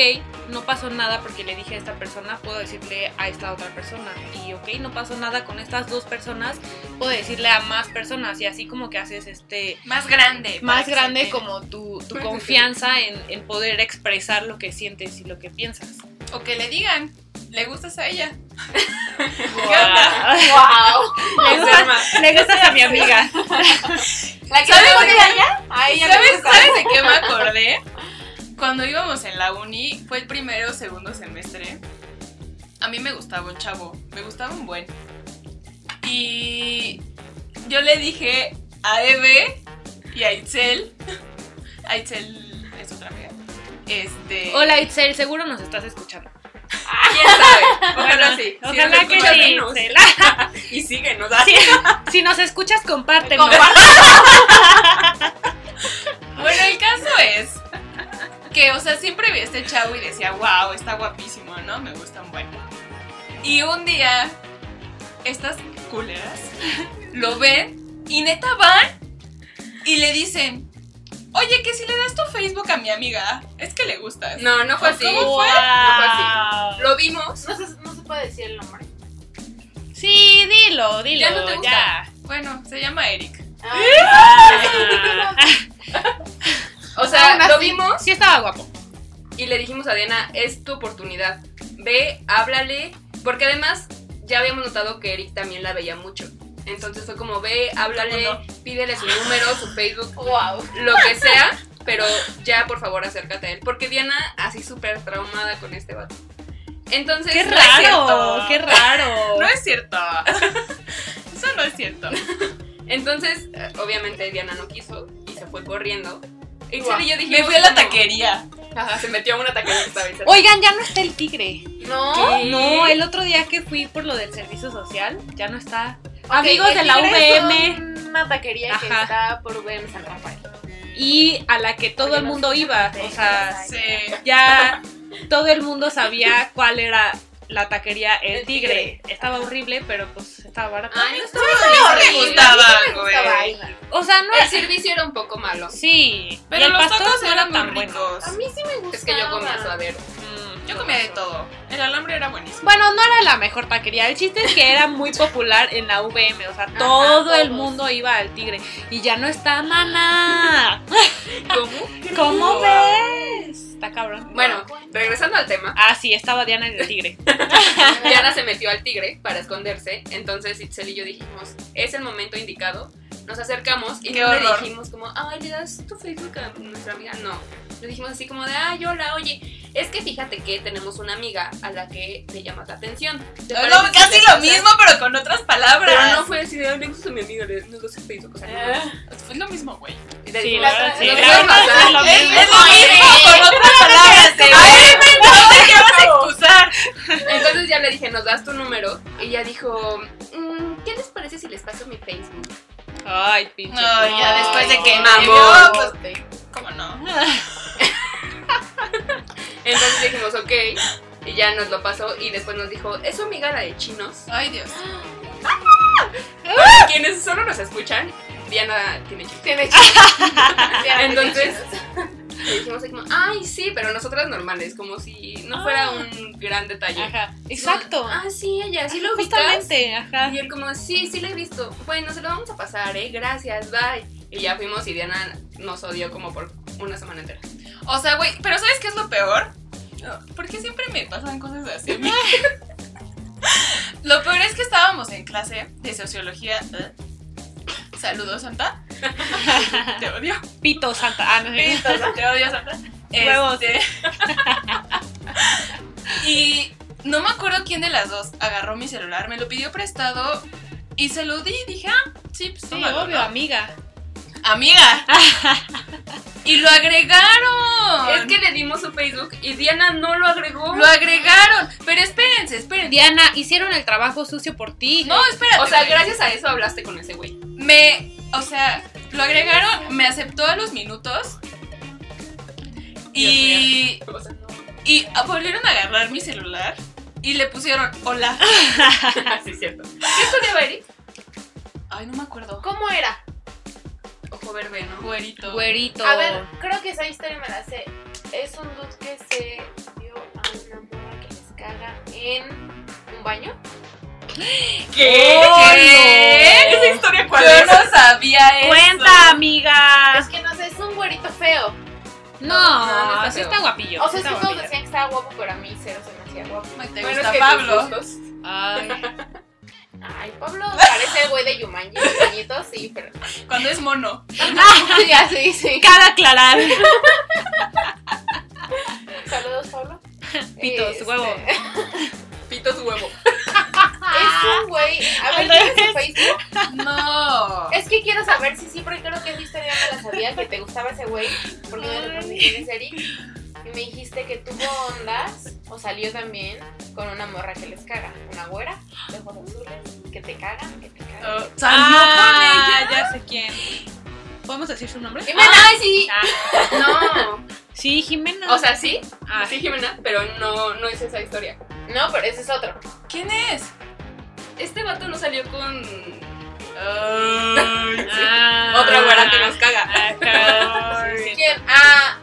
Speaker 3: no pasó nada porque le dije a esta persona, puedo decirle a esta otra persona. Y ok, no pasó nada con estas dos personas, puedo decirle a más personas. Y así como que haces este
Speaker 1: Más grande. para
Speaker 3: más
Speaker 1: que se
Speaker 3: grande
Speaker 1: entere.
Speaker 3: como tu, tu
Speaker 4: Pues, sí.
Speaker 3: confianza en, en poder expresar lo que sientes y lo que piensas.
Speaker 1: O que le digan, le gustas a ella.
Speaker 3: <laughs> <laughs> Guau.
Speaker 2: ¡Wow!
Speaker 3: Le gustas- le gustas a <laughs> mi amiga.
Speaker 2: ¿La que
Speaker 1: ¿Sabes
Speaker 2: me
Speaker 1: qué?
Speaker 2: gusta allá? Ahí ya
Speaker 1: ¿Sabes,
Speaker 2: me gusta.
Speaker 1: ¿Sabes de qué me acordé? Cuando íbamos en la uni, fue el primero o segundo semestre. A mí me gustaba un chavo, me gustaba un buen. Y yo le dije a Eve y a Itzel. <laughs> A Itzel es otra amiga. Este.
Speaker 3: Hola Itzel, seguro nos estás escuchando.
Speaker 4: ¿Quién sabe? Ojalá
Speaker 3: Bueno,
Speaker 4: sí.
Speaker 3: Ojalá que
Speaker 4: escuchas,
Speaker 3: sí,
Speaker 4: dinos.
Speaker 3: Itzel.
Speaker 4: Y síguenos. ah.
Speaker 3: Sí. Si nos escuchas,
Speaker 1: <laughs>
Speaker 3: compártenos.
Speaker 2: Comparte.
Speaker 1: Bueno, el caso es que, o sea, siempre vi a este chavo y decía, wow, está guapísimo, ¿no? Me gusta un buen. Y un día, estas culeras lo ven y neta van y le dicen, oye, que si le das tu Facebook a mi amiga, es que le gustas.
Speaker 4: No, no fue así.
Speaker 1: ¿Cómo
Speaker 4: No fue así. Lo vimos.
Speaker 2: No se, no se puede decir el nombre.
Speaker 3: Sí, dilo, dilo.
Speaker 4: Ya no te gusta.
Speaker 3: ya.
Speaker 1: Bueno, se llama Eric.
Speaker 3: Ah.
Speaker 4: O sea,
Speaker 3: Aún así,
Speaker 4: lo vimos
Speaker 3: Sí estaba guapo.
Speaker 4: y le dijimos a Diana, es tu oportunidad. Ve, háblale. Porque además ya habíamos notado que Eric también la veía mucho. Entonces fue como, ve, háblale,
Speaker 1: ¿Cómo
Speaker 4: pídele su número, su Facebook,
Speaker 2: Wow.
Speaker 4: lo que sea, pero ya por favor acércate a él. Porque Diana, así súper traumada con este vato. Entonces,
Speaker 3: ¡Qué
Speaker 4: no es
Speaker 3: raro!
Speaker 4: cierto.
Speaker 3: ¡Qué raro!
Speaker 1: No es cierto. <laughs> Eso no es cierto.
Speaker 4: Entonces, eh, obviamente Diana no quiso y se fue corriendo. Y
Speaker 2: Guau.
Speaker 4: Sara y yo dijimos,
Speaker 1: Me fui a la
Speaker 4: como-
Speaker 1: taquería.
Speaker 4: Ajá, se metió a una taquería esta vez.
Speaker 3: Oigan, ya no está el tigre.
Speaker 2: No.
Speaker 4: ¿Qué?
Speaker 3: No, el otro día que fui por lo del servicio social, ya no está.
Speaker 2: Ok,
Speaker 3: Amigos
Speaker 2: el
Speaker 3: de la
Speaker 2: Tigre es
Speaker 3: UVM
Speaker 2: Una taquería que
Speaker 3: Ajá.
Speaker 2: está por UVM San Rafael.
Speaker 3: y a la que todo
Speaker 2: Oye,
Speaker 3: el
Speaker 2: no
Speaker 3: mundo
Speaker 2: sé,
Speaker 3: iba.
Speaker 2: no sé,
Speaker 3: O sea,
Speaker 2: no sé.
Speaker 1: Sí.
Speaker 3: ya todo el mundo sabía cuál era la taquería El Tigre. Estaba horrible, pero pues estaba barata.
Speaker 4: Ay, no estaba
Speaker 1: No me
Speaker 4: horrible.
Speaker 1: gustaba, güey.
Speaker 2: Estaba ahí, ¿no?
Speaker 3: O sea, no
Speaker 4: El
Speaker 3: es.
Speaker 4: servicio era un poco malo.
Speaker 3: Sí,
Speaker 1: Pero
Speaker 3: y el
Speaker 1: los
Speaker 3: pastor
Speaker 1: tacos
Speaker 3: no era
Speaker 1: eran
Speaker 3: tan
Speaker 1: muy
Speaker 3: bueno.
Speaker 1: ricos.
Speaker 2: A mí sí me gustaba.
Speaker 4: Es que yo comía suadero.
Speaker 3: Mm.
Speaker 1: Yo comía de todo. El alambre era buenísimo.
Speaker 3: Bueno, no era la mejor taquería. El chiste es que era muy popular en la VM. O sea,
Speaker 2: Ajá,
Speaker 3: todo el
Speaker 2: todos.
Speaker 3: mundo iba al tigre. Y ya no
Speaker 1: <laughs>
Speaker 3: está, mana.
Speaker 4: ¿Cómo?
Speaker 3: ¿Cómo
Speaker 4: Wow.
Speaker 3: ves?
Speaker 2: Pues,
Speaker 3: Está cabrón.
Speaker 4: Bueno, regresando al tema.
Speaker 3: Ah, sí, estaba Diana en
Speaker 1: <laughs>
Speaker 3: el tigre.
Speaker 4: Diana se metió al tigre para esconderse. Entonces Itzel y yo dijimos, es el momento indicado. Nos acercamos y
Speaker 1: Qué
Speaker 4: no le
Speaker 1: horror.
Speaker 4: dijimos como, ay, le das tu Facebook a nuestra amiga. No. Le dijimos así como de, ay, hola, oye, es que fíjate que tenemos una amiga a la que le llamas la atención. ¿Te
Speaker 1: Ah, No,
Speaker 4: parece
Speaker 1: no,
Speaker 4: si
Speaker 1: casi
Speaker 4: te
Speaker 1: lo
Speaker 4: pasas?"
Speaker 1: mismo, pero con otras palabras.
Speaker 4: Pero no fue así de, ay, le gustas a mi amiga, le, nos das el Facebook. O sea, no.
Speaker 1: Eh, Fue lo mismo, güey.
Speaker 4: Y le
Speaker 3: Ah, Sí,
Speaker 4: dijimos,
Speaker 3: la verdad, sí.
Speaker 4: "Nos
Speaker 3: La
Speaker 4: vemos,
Speaker 3: verdad,
Speaker 4: ¿verdad?"
Speaker 3: es lo
Speaker 1: Es,
Speaker 3: mismo.
Speaker 1: es lo mismo, con otras palabras.
Speaker 4: Sí,
Speaker 1: A ver, no te quieras excusar.
Speaker 4: Entonces ya le dije, nos das tu número. Y ella dijo, "Mm, ¿qué les parece si les paso mi Facebook?
Speaker 3: Ay, pinche.
Speaker 1: No, ya después de que me
Speaker 4: Mamón.
Speaker 1: vio, pues, ¿cómo no?
Speaker 4: Entonces dijimos, ok. Y ya nos lo pasó y después nos dijo, es su amiga la de chinos.
Speaker 1: Ay, Dios.
Speaker 4: Para quienes solo nos escuchan, Diana tiene chinos.
Speaker 2: Tiene chiste.
Speaker 4: <laughs> Entonces, Le dijimos así como, ay, sí, pero nosotras normales, como si no fuera un gran detalle.
Speaker 3: Ah. Ajá. Exacto.
Speaker 4: Ah, sí, ella, sí lo ubicas.
Speaker 3: Justamente, ajá.
Speaker 4: Y él como, sí, sí lo he visto. Bueno, se lo vamos a pasar, eh, gracias, bye. Y ya fuimos y Diana nos odió como por una semana entera.
Speaker 1: O sea, güey, pero ¿sabes qué es lo peor? ¿Por qué siempre me pasan cosas así? <laughs> a mí? lo peor es que estábamos en clase de sociología. ¿eh? Saludos, <laughs> Santa. Te odio.
Speaker 3: Pito Santa. Ah, no sé.
Speaker 4: <laughs>
Speaker 1: Entonces, te odio, Santa.
Speaker 3: Huevos.
Speaker 1: Este- <laughs> y no me acuerdo quién de las dos agarró mi celular, me lo pidió prestado y se lo di y dije, ah, sí, pues
Speaker 3: Sí,
Speaker 1: tómalo,
Speaker 3: obvio,
Speaker 1: ¿no?
Speaker 3: amiga.
Speaker 4: <laughs>
Speaker 1: Amiga. y lo agregaron.
Speaker 4: Es que le dimos su Facebook y Diana no lo agregó.
Speaker 1: Lo agregaron. Pero espérense, espérense.
Speaker 3: Diana, hicieron el trabajo sucio por ti.
Speaker 1: No, espérate.
Speaker 4: O sea,
Speaker 1: güey.
Speaker 4: gracias a eso hablaste con ese güey.
Speaker 1: Me, o sea, lo agregaron, me aceptó a los minutos. Y,
Speaker 4: O sea, <laughs> no.
Speaker 1: y volvieron a agarrar mi celular y le pusieron hola.
Speaker 4: Ah, sí, es cierto. ¿Qué estudiaba Eric?
Speaker 1: Ay, no me acuerdo.
Speaker 2: ¿Cómo era?
Speaker 4: Ojo verde, ¿no?
Speaker 1: Güerito.
Speaker 3: Güerito.
Speaker 2: A ver, creo que esa historia me la sé. Es un dude que se dio a una morra que les caga en un baño.
Speaker 1: ¿Qué?
Speaker 3: ¿Qué?
Speaker 1: ¿Esa historia cuál Yo no sabía eso.
Speaker 3: Cuenta, amiga.
Speaker 2: Es que no sé, es un güerito feo.
Speaker 3: No,
Speaker 4: No, no está
Speaker 3: sí
Speaker 4: feo.
Speaker 3: está guapillo.
Speaker 2: O sea,
Speaker 3: está
Speaker 2: sí todos
Speaker 3: guapillo.
Speaker 2: decían que estaba guapo, pero a mí cero se me hacía guapo.
Speaker 1: Te
Speaker 4: Bueno,
Speaker 1: gusta
Speaker 4: es que
Speaker 1: Pablo.
Speaker 4: tus gustos.
Speaker 3: Ay.
Speaker 2: Ay, Pablo parece el güey de Yumanji, el niñito, sí, pero... <laughs>
Speaker 1: Cuando es mono.
Speaker 2: Sí, así,
Speaker 3: <laughs>
Speaker 2: sí.
Speaker 3: Cabe aclarar.
Speaker 2: Saludos, Pablo. Este,
Speaker 3: Pitos, huevo.
Speaker 4: Pitos huevo.
Speaker 2: Es un güey. A
Speaker 3: Al
Speaker 2: ver, ¿tienes su Facebook?
Speaker 1: <laughs> No.
Speaker 2: Es que quiero saber si siempre creo que esa historia me la sabía, que te gustaba ese güey, porque me respondí quién es Eric. Y me dijiste que tuvo ondas, o salió también, con una morra que les caga. Una güera, de ojos azules, que te cagan, que te cagan.
Speaker 1: Oh, salió
Speaker 3: Ah,
Speaker 1: con ella.
Speaker 3: Ya sé quién. ¿Podemos decir su nombre?
Speaker 2: Jimena,
Speaker 4: ¡Ay, sí!
Speaker 3: Ah,
Speaker 4: No.
Speaker 3: sí, Jimena.
Speaker 4: O sea, sí,
Speaker 3: Ah,
Speaker 4: sí, Jimena, pero no, no es esa historia.
Speaker 2: No, pero ese es otro.
Speaker 1: ¿Quién es?
Speaker 4: Este vato no salió con.
Speaker 3: ah,
Speaker 4: Otra güera que nos caga.
Speaker 3: Ah, cabrón. Sí, sí.
Speaker 2: ¿Quién? Ah,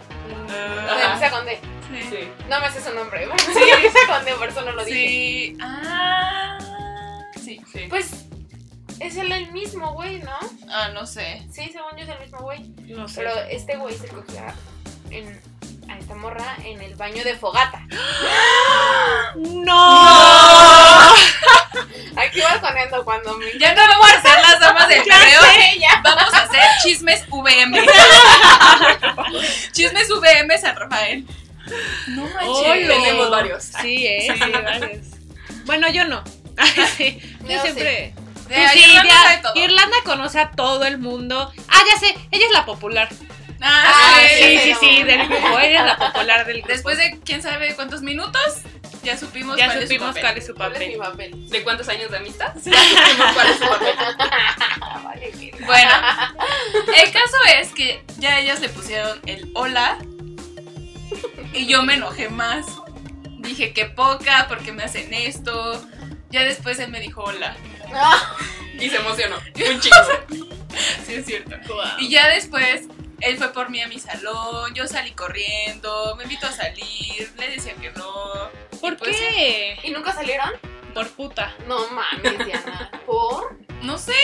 Speaker 3: Ah,
Speaker 2: me empieza con D.
Speaker 1: Sí.
Speaker 4: Sí.
Speaker 2: No me sé su nombre. <laughs> Me empieza con D, por eso no lo dije.
Speaker 1: Sí. Ah. Sí.
Speaker 4: Sí.
Speaker 2: Pues es el, el mismo güey, ¿no?
Speaker 1: Ah, no sé.
Speaker 2: Sí, según yo es el mismo güey.
Speaker 3: no sé.
Speaker 2: Pero este güey se cogió a, en- a esta morra en el baño de fogata.
Speaker 3: ¡No!
Speaker 2: Aquí voy contando cuando me...
Speaker 1: <laughs> Ya no vamos a hacer queridas damas del
Speaker 3: Ya
Speaker 1: correo,
Speaker 3: sé, ya.
Speaker 1: vamos a hacer chismes <laughs> VM. chismes VM San Rafael. No
Speaker 3: Olo.
Speaker 4: tenemos varios.
Speaker 3: Sí, ¿eh? Sí, varios. Bueno, yo no. <laughs> sí. Yo
Speaker 2: Yo
Speaker 3: siempre.
Speaker 1: De
Speaker 3: Tú
Speaker 1: ahí
Speaker 3: sí,
Speaker 1: Irlanda
Speaker 3: ya-
Speaker 1: sabe todo.
Speaker 3: Irlanda conoce a todo el mundo. Ah, ya sé, ella es la popular.
Speaker 1: Ah,
Speaker 2: Ah,
Speaker 1: sí.
Speaker 3: sí, sí,
Speaker 2: sí,
Speaker 3: sí,
Speaker 2: no.
Speaker 3: del grupo. Ella es la popular del grupo.
Speaker 1: Después de quién sabe cuántos minutos, ya supimos
Speaker 3: ya
Speaker 1: cuál es su
Speaker 3: supimos
Speaker 1: papel.
Speaker 3: cuál es su
Speaker 2: ¿Cuál es mi
Speaker 3: papel.
Speaker 2: papel?
Speaker 4: ¿De cuántos años de amistad? <laughs>
Speaker 2: Ah, vale, mira.
Speaker 1: Bueno, <laughs> el caso es que ya ellas le pusieron el hola y yo me enojé más. Dije que poca, porque me hacen esto. Ya después él me dijo hola.
Speaker 2: Ah,
Speaker 4: Y se emocionó. Un chico. <laughs>
Speaker 1: Sí, es cierto.
Speaker 3: Y
Speaker 1: Y ya después él fue por mí a mi salón, yo salí corriendo, me invitó a salir, le decía que no.
Speaker 3: ¿Por
Speaker 1: Y pues,
Speaker 3: qué?
Speaker 2: ¿Y nunca salieron?
Speaker 3: Por puta.
Speaker 2: No mames, Diana. ¿Por?
Speaker 1: No sé,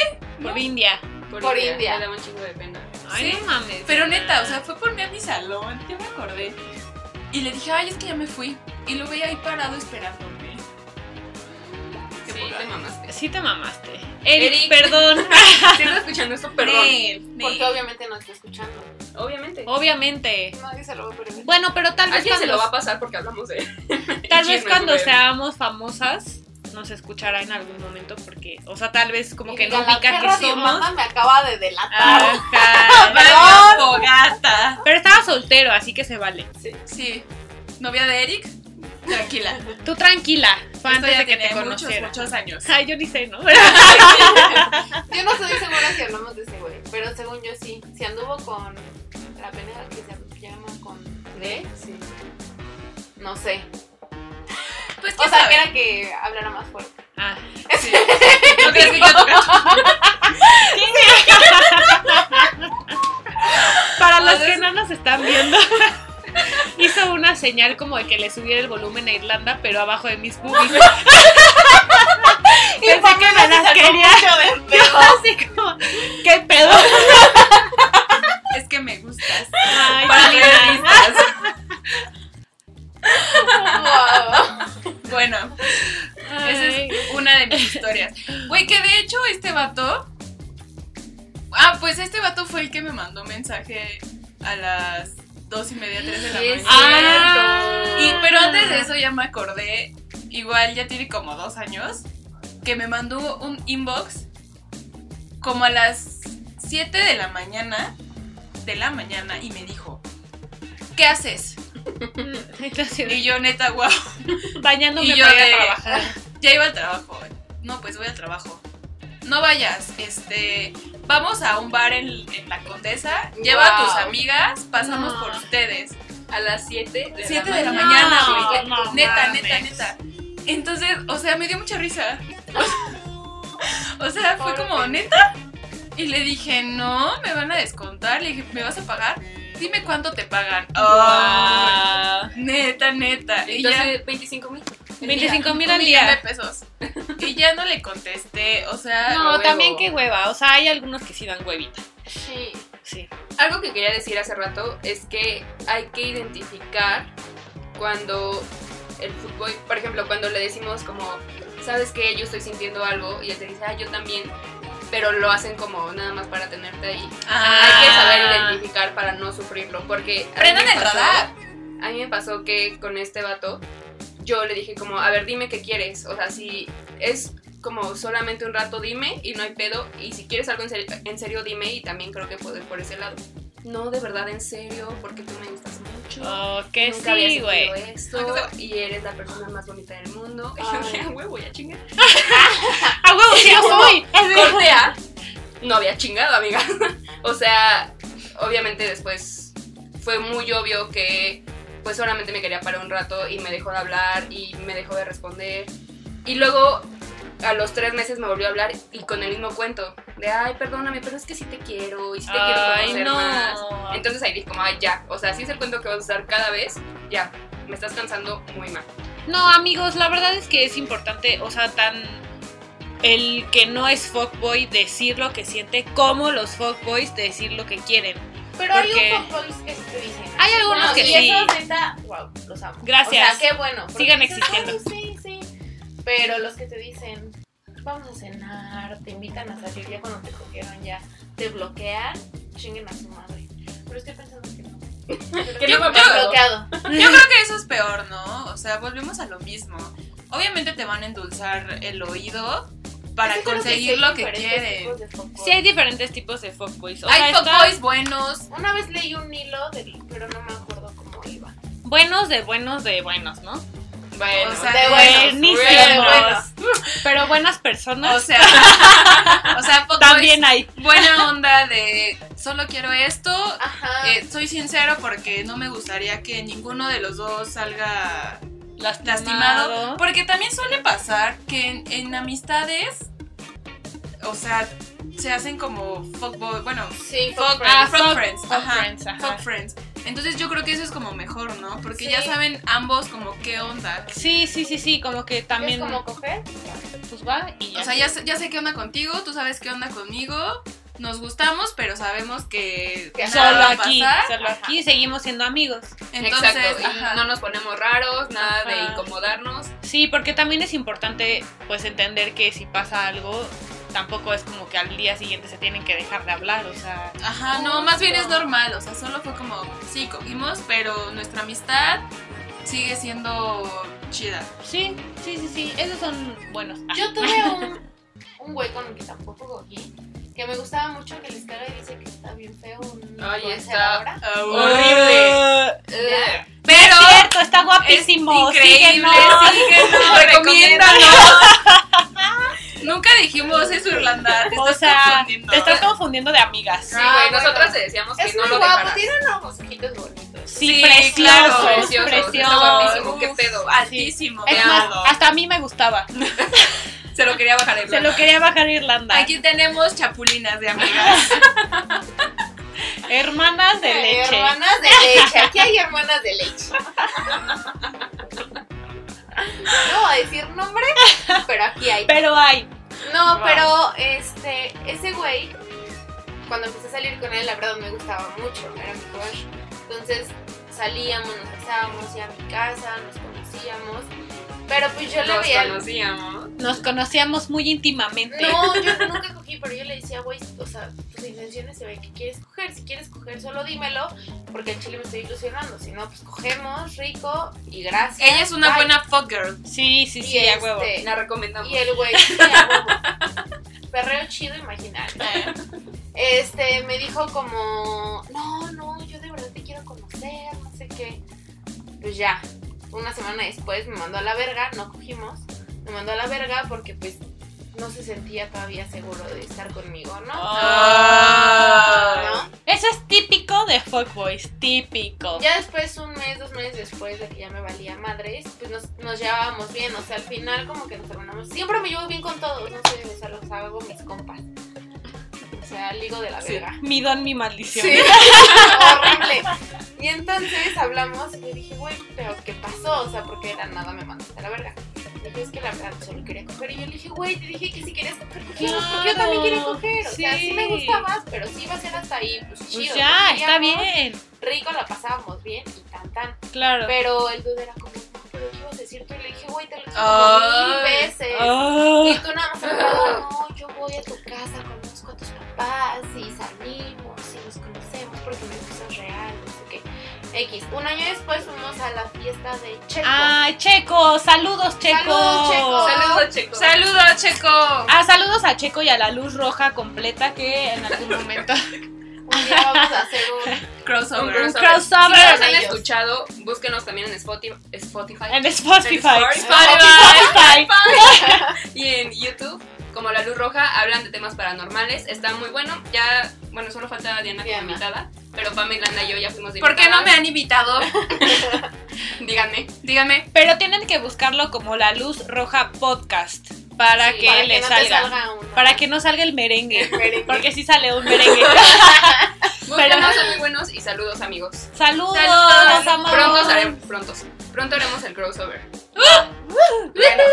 Speaker 3: Por India.
Speaker 2: Por India.
Speaker 4: Me daba un chingo de pena.
Speaker 3: Ay,
Speaker 1: Sí,
Speaker 3: no mames.
Speaker 1: pero neta, o sea, fue por mí a mi salón, yo me acordé. Y le dije, ay, es que ya me fui. Y lo veía ahí parado esperándome.
Speaker 4: Sí,
Speaker 1: Qué
Speaker 4: te
Speaker 1: poca.
Speaker 4: <laughs> mamaste.
Speaker 3: Sí te mamaste. Eric,
Speaker 1: <laughs>
Speaker 4: Eric.
Speaker 3: perdón.
Speaker 4: Si estás escuchando esto, perdón.
Speaker 3: Perdón.
Speaker 2: Porque obviamente no está escuchando.
Speaker 4: Obviamente.
Speaker 3: Obviamente.
Speaker 2: Nadie se lo va a perder.
Speaker 3: Bueno, pero tal vez
Speaker 4: Alguien se lo va a
Speaker 3: cuando,
Speaker 4: pasar porque hablamos de él.
Speaker 3: tal vez
Speaker 4: chisme,
Speaker 3: cuando
Speaker 4: güey.
Speaker 3: seamos famosas nos escuchará en algún momento porque, o sea, tal vez como
Speaker 2: Y
Speaker 3: que no
Speaker 2: digan, la
Speaker 3: ubica que
Speaker 2: perra de
Speaker 3: somos.
Speaker 2: Irlanda me acaba de delatar.
Speaker 1: <laughs>
Speaker 3: Ajá.
Speaker 1: ¡Vaya fogata!
Speaker 3: Pero estaba soltero, así que se vale.
Speaker 1: Sí, novia de Eric, tranquila.
Speaker 3: Tú tranquila, fue
Speaker 1: Esto
Speaker 3: antes
Speaker 1: ya
Speaker 3: de que
Speaker 1: tenía
Speaker 3: te
Speaker 1: muchos,
Speaker 3: conociera.
Speaker 1: muchos años.
Speaker 3: Ay, yo ni sé, ¿no? <laughs>
Speaker 2: Yo no estoy segura si hablamos de ese güey, pero según yo sí. Si anduvo con la pendeja que se llama con D, sí. No sé.
Speaker 1: Pues
Speaker 2: O
Speaker 1: quién
Speaker 2: sea,
Speaker 1: sabe.
Speaker 2: que <laughs> era que hablara más fuerte.
Speaker 3: Ah.
Speaker 1: Sí. ¿No crees que yo te cacho?
Speaker 3: Para los
Speaker 1: Entonces-
Speaker 3: que no nos están viendo, <laughs> hizo una señal como de que le subiera el volumen a Irlanda, pero abajo de mis
Speaker 1: <laughs>
Speaker 3: boobies. <laughs> Pensé que me las quería. <laughs> Yo así como, ¿qué pedo?
Speaker 1: Es que me gustas.
Speaker 3: Ay,
Speaker 1: Para
Speaker 3: sí,
Speaker 1: realistas.
Speaker 2: Wow.
Speaker 1: Bueno,
Speaker 3: ay.
Speaker 1: esa es una de mis historias. Güey, que de hecho este vato. Ah, pues este vato fue el que me mandó mensaje a las dos y media, tres de la
Speaker 4: Sí, es
Speaker 1: mañana.
Speaker 3: Ah.
Speaker 1: Y, pero antes de eso ya me acordé, igual ya tiene como dos años, que me mandó un inbox como a las 7 de la mañana, de la mañana, y me dijo, ¿qué haces?
Speaker 3: <laughs> Yo así de,
Speaker 1: Y yo neta, wow,
Speaker 3: Mm, bañándome
Speaker 1: y yo
Speaker 3: para ir
Speaker 1: de-
Speaker 3: a trabajar.
Speaker 1: ya iba al trabajo. No, pues voy al trabajo. No vayas, este, vamos a un bar en, en la Condesa, lleva a tus
Speaker 2: Wow.
Speaker 1: amigas, pasamos
Speaker 3: No.
Speaker 1: por ustedes.
Speaker 4: A las 7 de,
Speaker 1: Siete
Speaker 4: la,
Speaker 1: de <laughs> la
Speaker 4: mañana.
Speaker 1: mañana,
Speaker 3: No,
Speaker 1: güey.
Speaker 3: no
Speaker 1: neta,
Speaker 3: mames.
Speaker 1: neta, neta. Entonces, o sea, me dio mucha risa. O sea, fue como, ¿neta? Y le dije, no, me van a descontar. Le dije, ¿me vas a pagar? Dime cuánto te pagan. Ay,
Speaker 3: Ah,
Speaker 1: Neta, neta. Y ya,
Speaker 4: Entonces, 25 mil.
Speaker 3: 25 mil
Speaker 1: un millón
Speaker 3: al
Speaker 1: de
Speaker 3: día.
Speaker 1: pesos. Y ya no le contesté. O sea,
Speaker 3: No,
Speaker 1: luego-
Speaker 3: también qué hueva. O sea, hay algunos que sí dan huevita.
Speaker 2: Sí.
Speaker 3: Sí.
Speaker 4: Algo que quería decir hace rato es que hay que identificar cuando el fútbol, por ejemplo, cuando le decimos como, sabes que yo estoy sintiendo algo y él te dice, ah, yo también, pero lo hacen como nada más para tenerte ahí. Hay que saber
Speaker 3: Ah.
Speaker 4: identificar para no sufrirlo, porque... a mí
Speaker 1: Prendan
Speaker 4: me
Speaker 1: el
Speaker 4: pasó-
Speaker 1: radar.
Speaker 4: A mí me pasó que con este vato, yo le dije como, a ver, dime qué quieres, o sea, si es como solamente un rato dime y no hay pedo, y si quieres algo en serio, en serio dime y también creo que puedo ir por ese lado. No, de verdad, en serio, porque tú me gustas mucho.
Speaker 3: Oh, que
Speaker 4: Nunca había
Speaker 3: sí,
Speaker 4: sentido
Speaker 3: güey.
Speaker 4: esto y eres la persona más bonita del mundo. Y yo
Speaker 2: Ay.
Speaker 4: <laughs> dije, "Ah, huevo, ya chingué.
Speaker 3: ¡A Ah, huevo, <laughs> sí, yo soy!
Speaker 4: Cortea. No había chingado, amiga. <laughs> o sea, obviamente después fue muy obvio que pues solamente me quería para un rato y me dejó de hablar y me dejó de responder. Y luego a los tres meses me volvió a hablar y con el mismo cuento de, ay, perdóname, pero es que sí te quiero y sí te quiero
Speaker 3: Ay,
Speaker 4: conocer más.
Speaker 3: no.
Speaker 4: Entonces ahí dije como, ay, ya, o sea, sí es el cuento que vas a usar cada vez, ya, me estás cansando muy mal.
Speaker 3: No, amigos, la verdad es que es importante, o sea, tan el que no es fuckboy decir lo que siente, como los fuckboys decir lo que quieren.
Speaker 2: Pero
Speaker 3: Porque-
Speaker 2: hay un poco que sí te dicen.
Speaker 3: Hay algunos
Speaker 2: No,
Speaker 3: que
Speaker 2: y
Speaker 3: sí.
Speaker 2: esos, neta, wow, los amo.
Speaker 3: Gracias.
Speaker 2: O sea, qué bueno. porque
Speaker 3: Sigan
Speaker 2: dices,
Speaker 3: existiendo.
Speaker 2: "Ay, sí, sí. Pero los que te dicen, vamos a cenar, te invitan a salir ya cuando te cogieron ya, te bloquean, chinguen a su madre. Pero estoy pensando que no.
Speaker 4: Que
Speaker 2: Yo
Speaker 4: no me
Speaker 2: me
Speaker 4: pasó.
Speaker 2: he bloqueado.
Speaker 1: Yo creo que eso es peor, ¿no? O sea, volvemos a lo mismo. Obviamente te van a endulzar el oído para
Speaker 2: Es que creo
Speaker 1: conseguir
Speaker 2: sí hay
Speaker 1: lo que
Speaker 2: diferentes
Speaker 1: quieren.
Speaker 2: tipos de fuckboy.
Speaker 3: Sí hay diferentes tipos de fuckboys. O sea,
Speaker 1: Hay
Speaker 3: está
Speaker 1: fuckboys buenos.
Speaker 2: Una vez leí un hilo, del, pero no me acuerdo cómo iba.
Speaker 3: buenos de buenos de buenos, ¿no?
Speaker 4: Bueno,
Speaker 1: O sea,
Speaker 2: de
Speaker 1: buenos,
Speaker 3: Buenísimos.
Speaker 1: de buenos.
Speaker 3: Pero buenas personas
Speaker 1: O sea, pues, o sea, fuckboys
Speaker 3: también hay.
Speaker 1: buena onda de solo quiero esto.
Speaker 2: Ajá.
Speaker 1: Eh, soy sincero porque no me gustaría que ninguno de los dos salga lastimado. Porque también suele pasar que en, en amistades, o sea, se hacen como fuckboy, bueno,
Speaker 2: sí,
Speaker 1: fuck,
Speaker 2: fuck
Speaker 1: ah,
Speaker 2: friends.
Speaker 1: fuck friends,
Speaker 3: fuck
Speaker 1: ajá,
Speaker 3: friends, ajá.
Speaker 1: fuck friends. Entonces yo creo que eso es como mejor, ¿no? Porque ya
Speaker 2: Sí.
Speaker 1: saben ambos como qué onda.
Speaker 3: Sí, sí, sí, sí, como que
Speaker 2: Es
Speaker 3: también
Speaker 2: como coger.
Speaker 3: pues va y ya.
Speaker 1: O sea, ya, sé- ya sé qué onda contigo, tú sabes qué onda conmigo, nos gustamos, pero sabemos que
Speaker 2: Que
Speaker 1: nada
Speaker 3: solo
Speaker 1: va a
Speaker 3: aquí,
Speaker 1: pasar.
Speaker 3: solo
Speaker 2: Ajá.
Speaker 3: aquí seguimos siendo amigos.
Speaker 1: Entonces,
Speaker 4: Exacto, y
Speaker 1: ajá.
Speaker 4: no nos ponemos raros, nada de
Speaker 3: Ajá.
Speaker 4: incomodarnos.
Speaker 3: Sí, porque también es importante pues entender que si pasa algo tampoco es como que al día siguiente se tienen que dejar de hablar, o sea,
Speaker 1: Ajá, no, más bien es normal, o sea, solo fue como, sí, cogimos, pero nuestra amistad sigue siendo chida.
Speaker 3: sí, sí, sí, sí, esos son buenos. Ah,
Speaker 2: Yo tuve un, un güey con el que tampoco cogí, que me gustaba mucho, que les caga y dice que está bien feo. Un
Speaker 4: Ay,
Speaker 2: influencer
Speaker 4: está-
Speaker 2: ahora.
Speaker 1: Horrible.
Speaker 2: Ya.
Speaker 1: Pero
Speaker 3: Es cierto, está guapísimo.
Speaker 1: es increíble,
Speaker 3: síguenos. <laughs>
Speaker 1: síguenos, recomiéndanos. Nunca dijimos eso, Irlanda, te
Speaker 3: O
Speaker 1: estás
Speaker 3: sea,
Speaker 1: confundiendo.
Speaker 3: te estás confundiendo de amigas.
Speaker 4: Sí,
Speaker 2: Ah,
Speaker 4: güey,
Speaker 2: bueno.
Speaker 4: nosotras te decíamos que
Speaker 2: Es
Speaker 4: no
Speaker 2: muy
Speaker 4: lo
Speaker 2: guapo,
Speaker 4: dejaras.
Speaker 2: tiene unos ojitos bonitos.
Speaker 3: Sí,
Speaker 1: Sí,
Speaker 3: precioso,
Speaker 1: claro,
Speaker 3: precioso,
Speaker 4: precioso, está guapísimo, qué
Speaker 1: Uf,
Speaker 4: pedo.
Speaker 1: Altísimo,
Speaker 3: Es
Speaker 4: Te
Speaker 3: más,
Speaker 1: veanlo.
Speaker 3: hasta a mí me gustaba.
Speaker 1: se lo quería bajar
Speaker 3: Se
Speaker 1: Irlanda.
Speaker 3: lo quería bajar a Irlanda.
Speaker 1: Aquí tenemos chapulinas de amigas.
Speaker 3: Hermanas de leche.
Speaker 2: Hermanas de leche. Aquí hay hermanas de leche. No voy a decir nombre, pero aquí hay.
Speaker 3: Pero hay.
Speaker 2: No,
Speaker 4: Wow.
Speaker 2: pero este, ese güey, cuando empecé a salir con él, la verdad me gustaba mucho, era mi crush. Entonces salíamos, nos casábamos, ya a mi casa, nos conocíamos. Pero pues yo le
Speaker 4: Nos
Speaker 2: veía.
Speaker 4: conocíamos.
Speaker 3: Nos conocíamos muy íntimamente.
Speaker 2: No, yo nunca cogí, pero yo le decía, güey, o sea, tus intenciones se ve que quieres coger. Si quieres coger, solo dímelo, porque en Chile me estoy ilusionando. Si no, pues cogemos, rico y gracias.
Speaker 1: Ella es una
Speaker 2: bye.
Speaker 1: buena fuck girl.
Speaker 3: Sí, sí,
Speaker 2: Y
Speaker 3: sí, a huevo.
Speaker 2: este,
Speaker 4: La recomendamos.
Speaker 2: Y el güey, sí, a huevo. perreo chido imaginario. Este, me dijo como, no, no, yo de verdad te quiero conocer, no sé qué. Pues ya, una semana después me mandó a la verga, no cogimos, me mandó a la verga porque pues no se sentía todavía seguro de estar conmigo, ¿no?
Speaker 3: Ah.
Speaker 2: ¿No?
Speaker 3: Eso es típico de fuckboys, típico.
Speaker 2: Ya después, un mes, dos meses después de que ya me valía madres, pues nos, nos llevábamos bien, o sea, al final como que nos terminamos. Siempre me llevo bien con todos, no sé, o sea, los hago mis compas. O sea, ligo de la
Speaker 1: Sí.
Speaker 2: verga.
Speaker 3: Mi don, mi maldición.
Speaker 2: Sí, <laughs> horrible. Y entonces hablamos y le dije, güey, pero ¿qué pasó? O sea, porque de la nada me mandaste a la verga. Me Dijo, es que la verdad solo quería coger. Y yo le dije, güey, te dije que si querías coger, cogimos, porque yo también quiero
Speaker 3: Claro,
Speaker 2: coger. O sea, sí me
Speaker 3: sí.
Speaker 2: gustabas, pero sí iba a ser hasta ahí, pues
Speaker 3: Pues
Speaker 2: chido.
Speaker 3: ya, está
Speaker 2: cogíamos,
Speaker 3: bien.
Speaker 2: Rico, la pasábamos bien y tan tan.
Speaker 3: Claro.
Speaker 2: Pero el dude era como, no, pero ¿qué ibas a decir tú? Y le dije, güey, te lo dije como mil
Speaker 1: Ay.
Speaker 2: veces.
Speaker 3: Ah.
Speaker 2: Y tú nada más hablabas, no, yo voy a tu casa, conozco a tus papás y salimos y nos conocemos porque me gustas real, no sé qué. X. Un año después fuimos a la fiesta de Checo.
Speaker 3: Ah, Checo, saludos Checo.
Speaker 2: Saludos, Checo.
Speaker 4: Saludos, chicos.
Speaker 1: Saludos, Checo.
Speaker 3: Ah, saludos a Checo y a la luz roja completa que en algún momento.
Speaker 2: Un día vamos a hacer
Speaker 3: <laughs>
Speaker 2: un...
Speaker 4: Un
Speaker 1: Crossover.
Speaker 3: Un
Speaker 4: crossover. Si
Speaker 3: crossover
Speaker 4: no
Speaker 2: Saludos.
Speaker 4: nos han escuchado, búsquenos también en Spotify, Spotify,
Speaker 3: en Spotify.
Speaker 4: En
Speaker 3: Spotify.
Speaker 4: y en YouTube. Como La Luz Roja, hablan de temas paranormales. Está muy bueno. Ya, bueno, solo falta Diana como
Speaker 2: Diana.
Speaker 4: invitada. Pero Pam, Irlanda y yo ya fuimos de
Speaker 1: ¿Por qué no me
Speaker 4: invitadas.
Speaker 1: han invitado?
Speaker 4: Díganme.
Speaker 1: Dígame.
Speaker 3: Pero tienen que buscarlo como La Luz Roja Podcast para
Speaker 2: Sí,
Speaker 3: que
Speaker 2: para
Speaker 3: les
Speaker 2: no te
Speaker 3: salga.
Speaker 2: salga una-
Speaker 3: Para que no salga el merengue.
Speaker 2: Merengue.
Speaker 3: Porque sí sale un merengue.
Speaker 4: Búsquenos, son muy buenos y saludos, amigos.
Speaker 3: saludos,
Speaker 1: Saludos.
Speaker 3: los amamos.
Speaker 4: Pronto haremos, prontos. Pronto haremos el crossover.
Speaker 2: Bueno,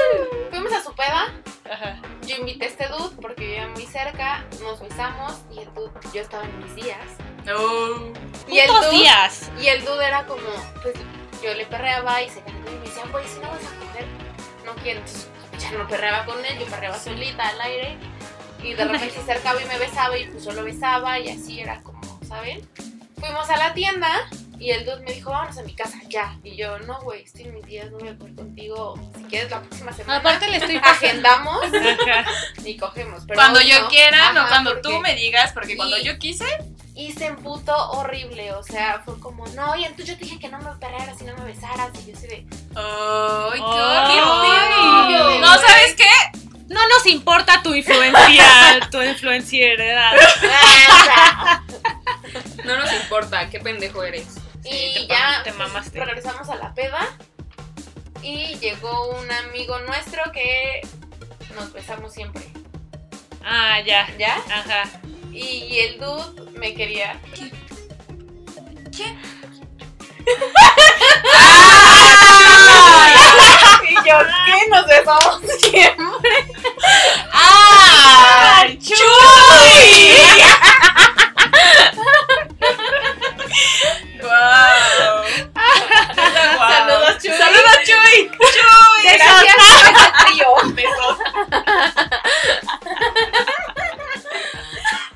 Speaker 2: fuimos a su peda.
Speaker 3: Ajá.
Speaker 2: Yo invité a este dude porque vivía muy cerca. Nos besamos y el dude, yo estaba en mis días.
Speaker 1: No.
Speaker 2: Y el
Speaker 3: Putos
Speaker 2: dude-
Speaker 3: días.
Speaker 2: Y el dude era como, pues yo le perreaba y se calentó y me decía, güey, si no vas a coger, no quiero. Entonces, ya, ya no perreaba con él, yo perreaba solita al aire.
Speaker 1: <laughs>
Speaker 2: Y de repente se acercaba y me besaba y pues yo lo besaba y así era como, ¿saben? Fuimos a la tienda y el dude me dijo, vámonos a mi casa ya. Y yo, no, güey, estoy en mis días, no voy a poder contigo. Si quieres, la próxima semana.
Speaker 3: Aparte le estoy
Speaker 2: agendamos
Speaker 3: Ajá.
Speaker 2: y cogemos. Pero
Speaker 1: <laughs> cuando
Speaker 2: hoy
Speaker 1: yo
Speaker 2: no.
Speaker 1: quiera, no
Speaker 2: Ajá,
Speaker 1: cuando
Speaker 2: porque-
Speaker 1: tú me digas, porque cuando
Speaker 2: Y-
Speaker 1: yo quise,
Speaker 2: Y se emputó horrible, o sea, fue como, no, y entonces yo te dije que no me perrearas y no me besaras. Y yo así de, <laughs>
Speaker 1: ¡ay, qué
Speaker 3: Ay.
Speaker 1: horrible! No, ¿sabes qué?
Speaker 3: No nos importa tu influencia, tu influencieredad.
Speaker 2: "Ah,
Speaker 4: No nos importa, qué pendejo eres.
Speaker 2: y
Speaker 3: te
Speaker 2: ya
Speaker 3: pam- te
Speaker 2: pues,
Speaker 3: mamaste.
Speaker 2: regresamos a la peda y llegó un amigo nuestro que nos besamos siempre,
Speaker 3: Ah, ya.
Speaker 2: ¿ya?
Speaker 3: Ajá.
Speaker 2: Y el dude
Speaker 3: <laughs>
Speaker 2: me quería.
Speaker 1: ¿Quién?
Speaker 2: Ah. y yo, ¿qué? Nos besamos
Speaker 3: <laughs>
Speaker 2: siempre.
Speaker 1: ¡Ah! ¡Chuy! ¡Guau! Guau.
Speaker 2: Saludos, Chuy.
Speaker 1: ¡Saludos, Chuy! ¡Chuy!
Speaker 2: Gracias por ese trío.